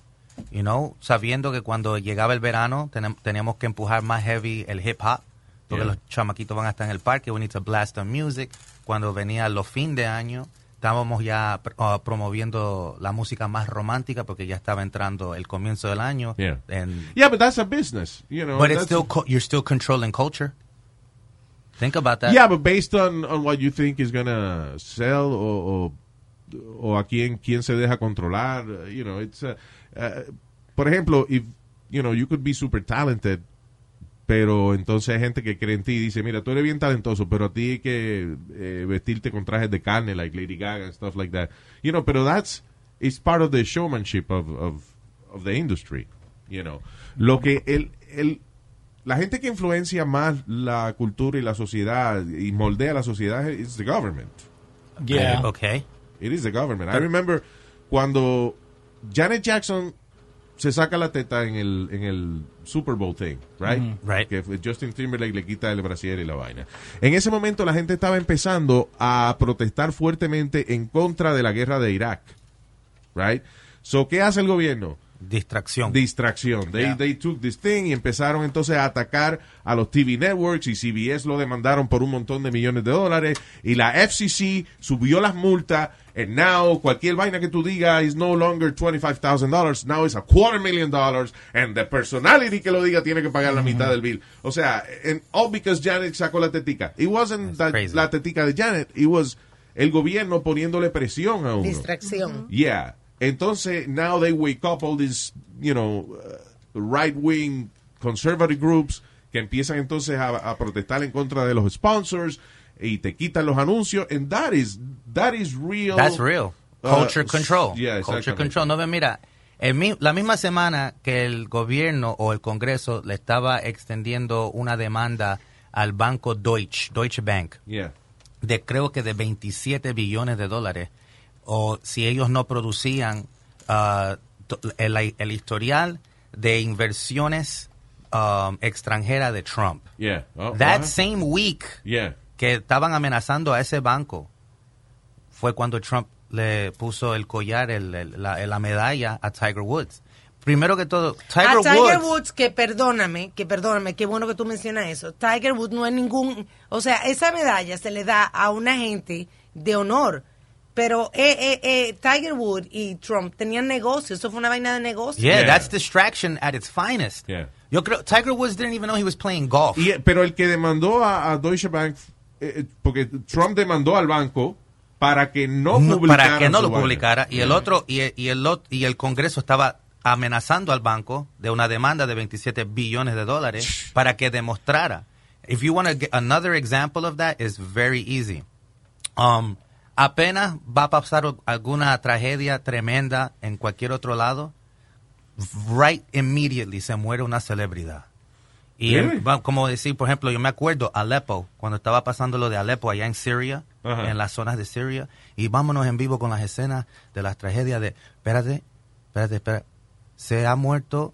G: You know, sabiendo que cuando llegaba el verano tenem- teníamos que empujar más heavy el hip hop, porque
D: Yeah.
G: los chamaquitos van a estar en el parque, we need to blast the music. Cuando venían los fin de año, estábamos ya pr- ah, promoviendo la música más romántica porque ya estaba entrando el comienzo del año.
D: Yeah.
G: En-
D: Yeah, but that's a business, you know.
G: But it's
D: that's-
G: still co- you're still controlling culture. Think about that.
D: Yeah, but based on, on what you think is gonna sell o, o, o a quién, quién se deja controlar, uh, you know, it's uh, uh, por ejemplo, if you know, you could be super talented, pero entonces hay gente que cree en ti y dice, mira, tú eres bien talentoso, pero a ti hay que eh, vestirte con trajes de carne like Lady Gaga and stuff like that. You know, pero that's it's part of the showmanship of of of the industry, you know. Lo que el el la gente que influencia más la cultura y la sociedad y moldea la sociedad es the government.
E: Yeah.
G: Okay.
D: It is the government. I remember cuando Janet Jackson se saca la teta en el, en el Super Bowl thing, right?
N: Mm-hmm.
G: Mm. Right.
D: Que fue Justin Timberlake le quita el brasier y la vaina. En ese momento la gente estaba empezando a protestar fuertemente en contra de la guerra de Irak, right? So, ¿qué hace el gobierno?
G: Distracción.
D: Distracción. They,
G: Yeah.
D: they took this thing y empezaron entonces a atacar a los TV networks y CBS lo demandaron por un montón de millones de dólares y la FCC subió las multas and now cualquier vaina que tú digas is no longer $25,000 now it's a quarter million dollars and the personality que lo diga tiene que pagar
G: Mm-hmm.
D: la mitad del bill. O sea, and all because Janet sacó la tetica. It wasn't that-
G: crazy.
D: la tetica de Janet, it was el gobierno poniéndole presión a uno.
F: Distracción.
D: Yeah. Entonces, now they wake up all these, you know, uh, right-wing conservative groups que empiezan entonces a, a protestar en contra de los sponsors y te quitan los anuncios. And that is, that is real.
G: That's real. Culture
D: Uh,
G: control.
D: yeah,
G: culture
D: exactamente.
G: control. No, ve, mira, el mi- la misma semana que el gobierno o el Congreso le estaba extendiendo una demanda al banco Deutsche, Deutsche Bank,
D: Yeah.
G: de creo que de 27 billones de dólares, o si ellos no producían ah, to- el, el historial de inversiones um, extranjeras de Trump.
D: Yeah. Oh,
G: That
D: uh-huh.
G: same week
D: Yeah.
G: que estaban amenazando a ese banco fue cuando Trump le puso el collar, el- el- la, la medalla a Tiger Woods. Primero que todo, Tiger,
F: a Ah, Tiger
G: Woods.
F: Woods. que perdóname, que perdóname, qué bueno que tú mencionas eso. Tiger Woods no es ningún, o sea, esa medalla se le da a una gente de honor, pero eh, eh, eh, Tiger Woods y Trump tenían negocios, eso fue una vaina de negocio.
G: Yeah, that's distraction at its finest. Yo creo, Tiger Woods didn't even know he was playing golf.
D: Y, eh, pero el que demandó a, a Deutsche Bank, eh, eh, porque Trump demandó al banco para que no,
G: No,
D: publicara.
G: para que no
D: su
G: lo
D: vaina.
G: publicara y el
D: Yeah.
G: otro y, el- y el ot- y el Congreso estaba amenazando al banco de una demanda de 27 billones de dólares para que demostrara. If you want to get another example of that is very easy. Um, apenas va a pasar o- alguna tragedia tremenda en cualquier otro lado, right immediately se muere una celebridad. Y
O: Really?
G: va- como decir, por ejemplo, yo me acuerdo Alepo, cuando estaba pasando lo de Alepo allá en Siria,
O: Ajá.
G: en las zonas de Siria, y vámonos en vivo con las escenas de las tragedias de, espérate, espérate, espérate, se ha muerto,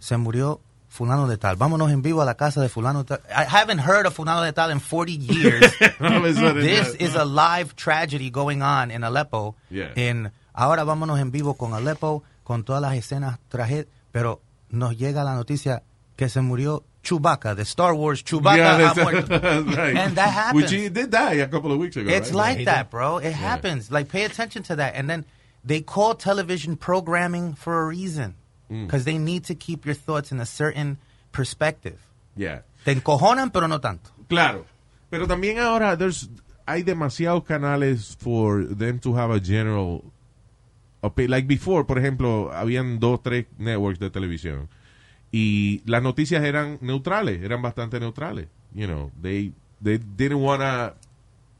G: se murió fulano de tal, vámonos en vivo a la casa de fulano de tal. I haven't heard of fulano de tal in 40 years.
O: All of a sudden,
G: This
O: yeah.
G: is a live tragedy going on in Aleppo.
O: Yeah.
G: En, ahora vámonos en vivo con Aleppo, con todas las escenas tragedias, pero nos llega la noticia que se murió Chewbacca, de Star Wars Chewbacca
D: Yeah,
G: ha
D: that's-
G: muerto.
D: that's right.
G: And that happens.
D: Which he did die a couple of weeks ago.
G: It's
D: right?
G: like that, bro. It happens. Like, pay attention to that. And then they call television programming for a reason
D: Mm.
G: because they need to keep your thoughts in a certain perspective.
D: Yeah.
G: Te encojonan, pero no tanto.
D: Claro. Pero también ahora there's- hay demasiados canales for them to have a general opi- Like before, por ejemplo, habían dos, tres networks de televisión y las noticias eran neutrales, eran bastante neutrales. You know, they, they didn't want to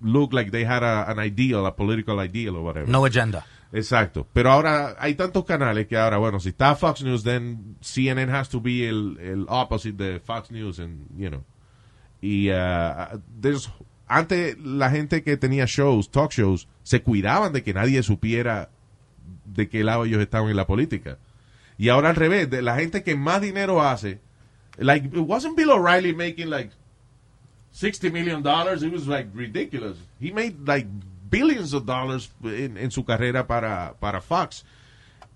D: look like they had a- an ideal, a political ideal or whatever.
G: No agenda.
D: Exacto. Pero ahora hay tantos canales que ahora, bueno, si está Fox News, then CNN has to be el, el opposite de Fox News, and, you know. Y uh, there's- antes la gente que tenía shows, talk shows, se cuidaban de que nadie supiera de qué lado ellos estaban en la política. Y ahora al revés, de la gente que más dinero hace, like, wasn't Bill O'Reilly making like 60 million dollars, it was like ridiculous. He made like billions of dollars en, en su carrera para, para Fox.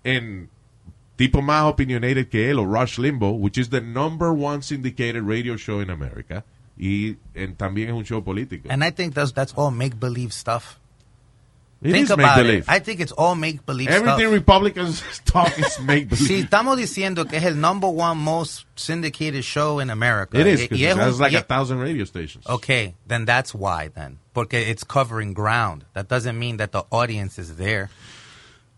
D: En tipo más opinionated que él, o Rush Limbo, which is the number one syndicated radio show in America. Y en- también es un show político.
G: And I think that's that's all make believe stuff.
D: It
G: think
D: is
G: about
D: make-believe.
G: it. I think it's all make believe stuff.
D: Everything Republicans talk is make
G: Si
D: believe.
G: estamos diciendo que es el number one most syndicated show in America,
D: It is,
G: y-
D: 'cause
G: y
D: it
G: es un-
D: has like
G: y-
D: a thousand radio stations.
G: Okay, then that's why then. Porque it's covering ground. That doesn't mean that the audience is there.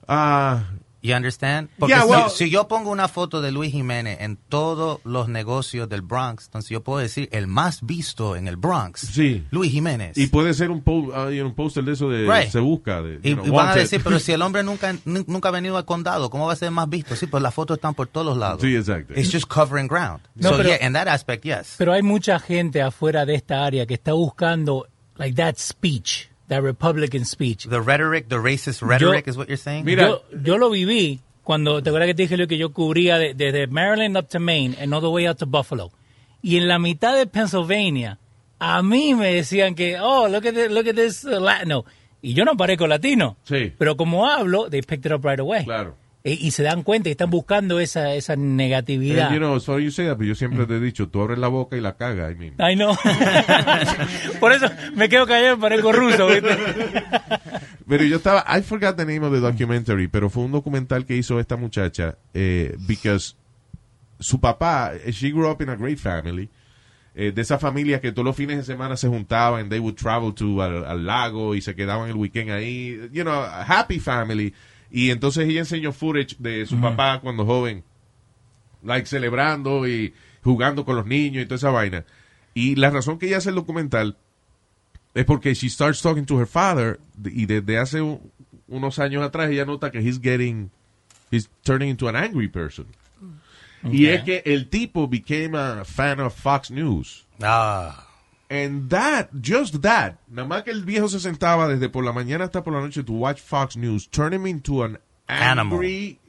D: Ah.
G: you understand? Porque
O: Yeah,
G: si,
O: well-
G: si yo pongo una foto de Luis Jiménez en todos los negocios del Bronx, entonces yo puedo decir el más visto en el Bronx, Luis Jiménez.
D: Y puede ser un, po- ah, you know, un póster de eso de
G: Right.
D: se busca. De,
G: Y,
D: you know,
G: y van a
D: wanted.
G: decir, pero si el hombre nunca, nu- nunca ha venido al condado, ¿cómo va a ser más visto? Sí, pues las fotos están por todos lados.
D: Sí, exacto.
G: It's just covering ground.
E: No,
G: so,
E: pero-
G: yeah, in that aspect, yes.
E: Pero hay mucha gente afuera de esta área que está buscando like that speech, that Republican speech.
G: The rhetoric, the racist rhetoric
E: Yo-
G: is what you're saying?
E: yo, yo lo viví cuando, ¿te acuerdas que te dije lo que yo cubría de- desde Maryland up to Maine and all the way out to Buffalo? Y en la mitad de Pennsylvania, a mí me decían que, oh, look at this, look at this uh, Latino. Y yo no parezco latino. Pero como hablo, they picked it up right away. E,
D: Claro.
E: Y, y se dan cuenta y están buscando esa, esa negatividad.
D: And, you know, sorry you say that, pero yo siempre te he dicho, tú abres la boca y la cagas ahí mismo.
E: Ay, no. Por eso me quedo callado, parezco ruso, ¿viste?
D: Pero yo estaba, I forgot the name of the documentary, pero fue un documental que hizo esta muchacha, eh, because su papá, eh, she grew up in a great family, eh, de esa familia que todos los fines de semana se juntaban, they would travel to al, al lago y se quedaban el weekend ahí, you know, a happy family. Y entonces ella enseñó footage de su papá cuando joven, like celebrando y jugando con los niños y toda esa vaina. Y la razón que ella hace el documental es porque she starts talking to her father y desde hace un- unos años atrás, ella nota que he's getting, he's turning into an angry person. Y es que el tipo became a fan of Fox News.
G: Ah.
D: And that, just that, nada más que el viejo se sentaba desde por la mañana hasta por la noche to watch Fox News, turn him into an
G: Animal.
D: angry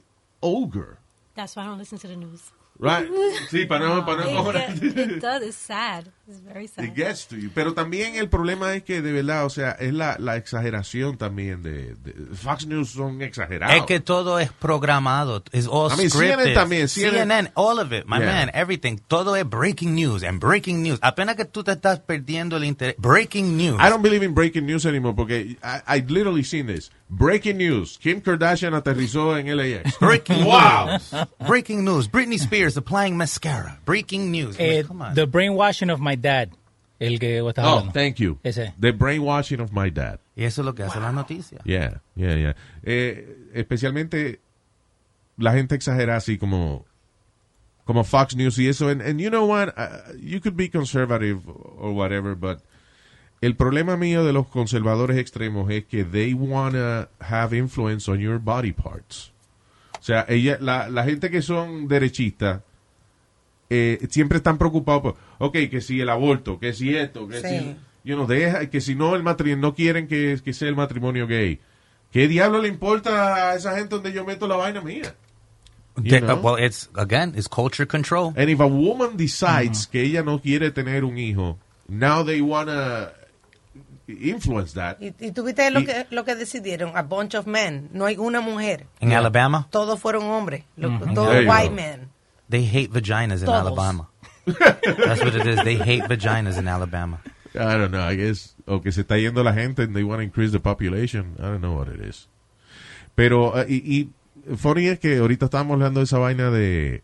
D: ogre.
H: That's why I don't listen to the news.
D: Right. Sí, para no, para no.
H: It, get- it does. It's sad. It's very sad.
D: It gets to you. Pero también el problema es que, de verdad, o sea, es la, la exageración también de, de- Fox News son exagerados.
G: Es que todo es programado. Es all
D: I mean, CNN
G: scripted.
D: también,
G: CNN, all of it, my
D: Yeah.
G: man, everything. Todo es breaking news and breaking news. Apenas que tú te estás perdiendo el interés. Breaking news.
D: I don't believe in breaking news anymore porque I, I've literally seen this. Breaking news. Kim Kardashian aterrizó en LAX.
G: Breaking
D: wow.
G: news. Breaking news. Britney Spears applying mascara. Breaking news.
E: Eh,
G: Come on.
E: the brainwashing of my dad. El que vos estás
D: Oh,
E: hablando.
D: thank you.
E: Ese.
D: The brainwashing of my dad.
G: Y eso es lo que hace la noticia.
D: Yeah, yeah, yeah. Eh, especialmente la gente exagera así como como Fox News y eso. And, and you know what? Uh, you could be conservative or whatever, but el problema mío de los conservadores extremos es que they wanna have influence on your body parts. O sea, ella, la, la gente que son derechistas eh, siempre están preocupados por, ok, que si el aborto, que si esto, que
L: Sí.
D: si, you know, deja- que si no el matrimonio, no quieren que, que sea el matrimonio gay. ¿Qué diablo le importa a esa gente donde yo meto la vaina mía?
G: De-
D: know.
G: well, it's, again, it's culture control.
D: And if a woman decides que ella no quiere tener un hijo, now they wanna influence that.
F: Y, y tuviste lo
D: Y-
F: que, lo que decidieron, a bunch of men. No hay una mujer.
G: In Alabama,
F: Todos fueron hombres. Lo-
G: Mhm.
F: Todos
G: There you
F: white
G: go.
F: men.
G: they hate vaginas in
F: Todos.
G: Alabama. That's what it is. They hate vaginas in Alabama.
D: I don't know, I guess. O que se está yendo la gente and they want to increase the population. I don't know what it is. Pero, eh, y, y funny es que ahorita estábamos hablando de esa vaina de,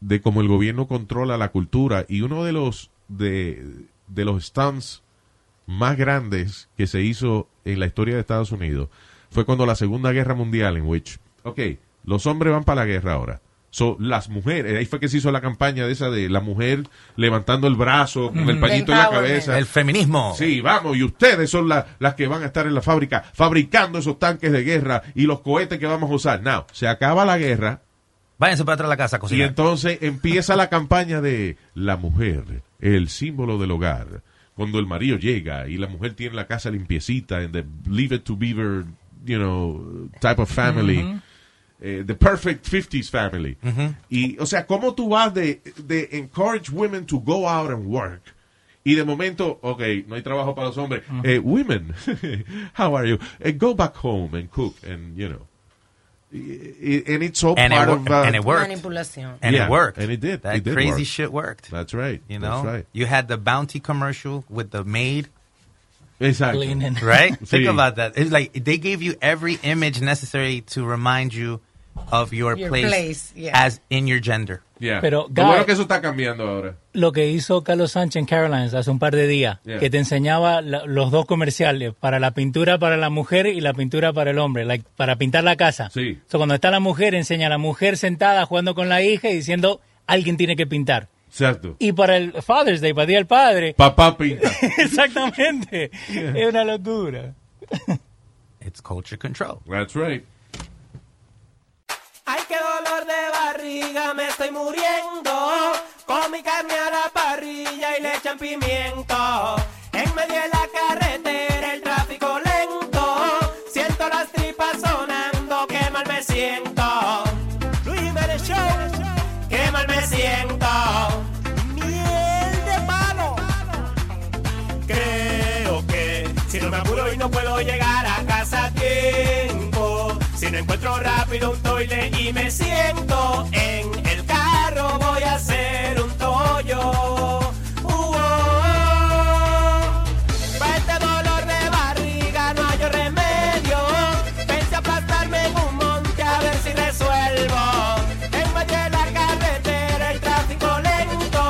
D: de cómo el gobierno controla la cultura. Y uno de los, de, de los stunts más grandes que se hizo en la historia de Estados Unidos fue cuando la Segunda Guerra Mundial, en which, ok, los hombres van para la guerra ahora. So, las mujeres, ahí fue que se hizo la campaña de esa de la mujer levantando el brazo con el
G: Mm.
D: pañito en la
G: Empowerment.
D: cabeza.
G: El feminismo.
D: Sí, vamos, y ustedes son la- las que van a estar en la fábrica fabricando esos tanques de guerra y los cohetes que vamos a usar. Now, se acaba la guerra.
G: Váyanse para atrás de la casa a
D: Y
G: cocinar.
D: entonces empieza la campaña de la mujer, el símbolo del hogar. Cuando el marido llega y la mujer tiene la casa limpiecita, and the leave it to beaver, you know, type of family.
L: Ujú.
D: Eh, the perfect 50s family.
G: Mm-hmm.
D: Y, o sea, ¿cómo tú vas de, de encourage women to go out and work? Y de momento, ok, no hay trabajo para los hombres.
G: Mm-hmm.
D: Eh, women, how are you? Eh, go back home and cook and, you know. Y- y- And it's all
G: And it
D: part
G: wor-
D: of... uh,
G: and it worked.
F: Manipulación.
G: And
D: Yeah,
G: it worked.
D: and it did.
G: That
D: It did
G: crazy
D: work.
G: shit worked.
D: That's right.
G: You know,
D: that's right.
G: you had the bounty commercial with the maid.
D: Exactly.
E: Cleaning.
G: Right? Think
D: Sí.
G: about that. It's like they gave you every image necessary to remind you of your,
E: Your
G: place,
E: place, yeah.
G: as in your gender.
D: Yeah.
E: Pero,
D: Lo bueno
E: Guy-
D: que eso está cambiando ahora.
E: Lo que hizo Carlos Sánchez en Carolines hace un par de días,
D: Yeah.
E: que te enseñaba la- los dos comerciales, para la pintura para la mujer y la pintura para el hombre, like, para pintar la casa.
D: Sí.
E: So, cuando está la mujer, enseña a la mujer sentada jugando con la hija y diciendo, alguien tiene que pintar.
D: Exacto.
E: Y para el Father's Day, para el Día del Padre.
D: Papá pinta.
E: Exactamente. Es una locura.
G: It's culture control.
D: That's right.
O: Ay, qué dolor de barriga, me estoy muriendo. Con mi carne a la parrilla y le echan pimiento. En medio de la carretera, el tráfico lento. Siento las tripas sonando, qué mal me siento. Luis Jiménez Show, qué mal me siento. Miel de palo. Creo que si no me apuro y no puedo llegar a casa a tiempo, si no encuentro rápido un toile y me siento en el carro, voy a hacer un Uh, toyo. Para este dolor de barriga no hay remedio. Pensé aplastarme en un monte a ver si resuelvo. En medio de la carretera el tráfico lento.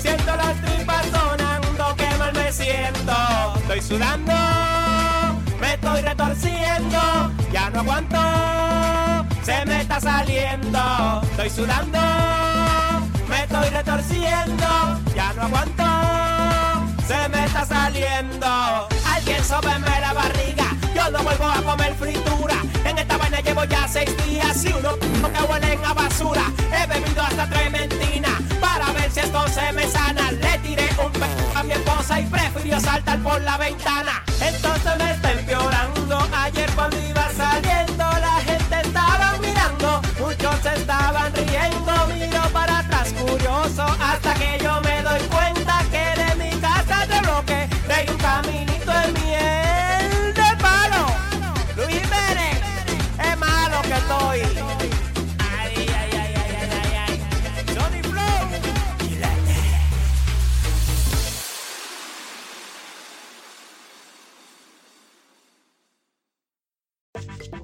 O: Siento las tripas sonando, qué mal me siento. Estoy sudando, me estoy retorciendo. Ya no aguanto, se me está saliendo. Estoy sudando, me estoy retorciendo. Ya no aguanto se me está saliendo. Alguien sóbeme la barriga, yo no vuelvo a comer fritura. Llevo ya seis días y uno que huelen a basura. He bebido hasta trementina para ver si esto se me sana. Le tiré un pe a mi esposa y prefirió saltar por la ventana. Entonces me está empeorando. Ayer cuando iba saliendo, la gente estaba mirando. Muchos se estaban riendo. Miro para atrás curioso hasta que yo me doy cuenta que de mi casa de bloque hay un caminito de miel de palo. Luis Jiménez, es malo que estoy. Ay, ay, ay, ay, ay, ay, ay. Johnny Flow.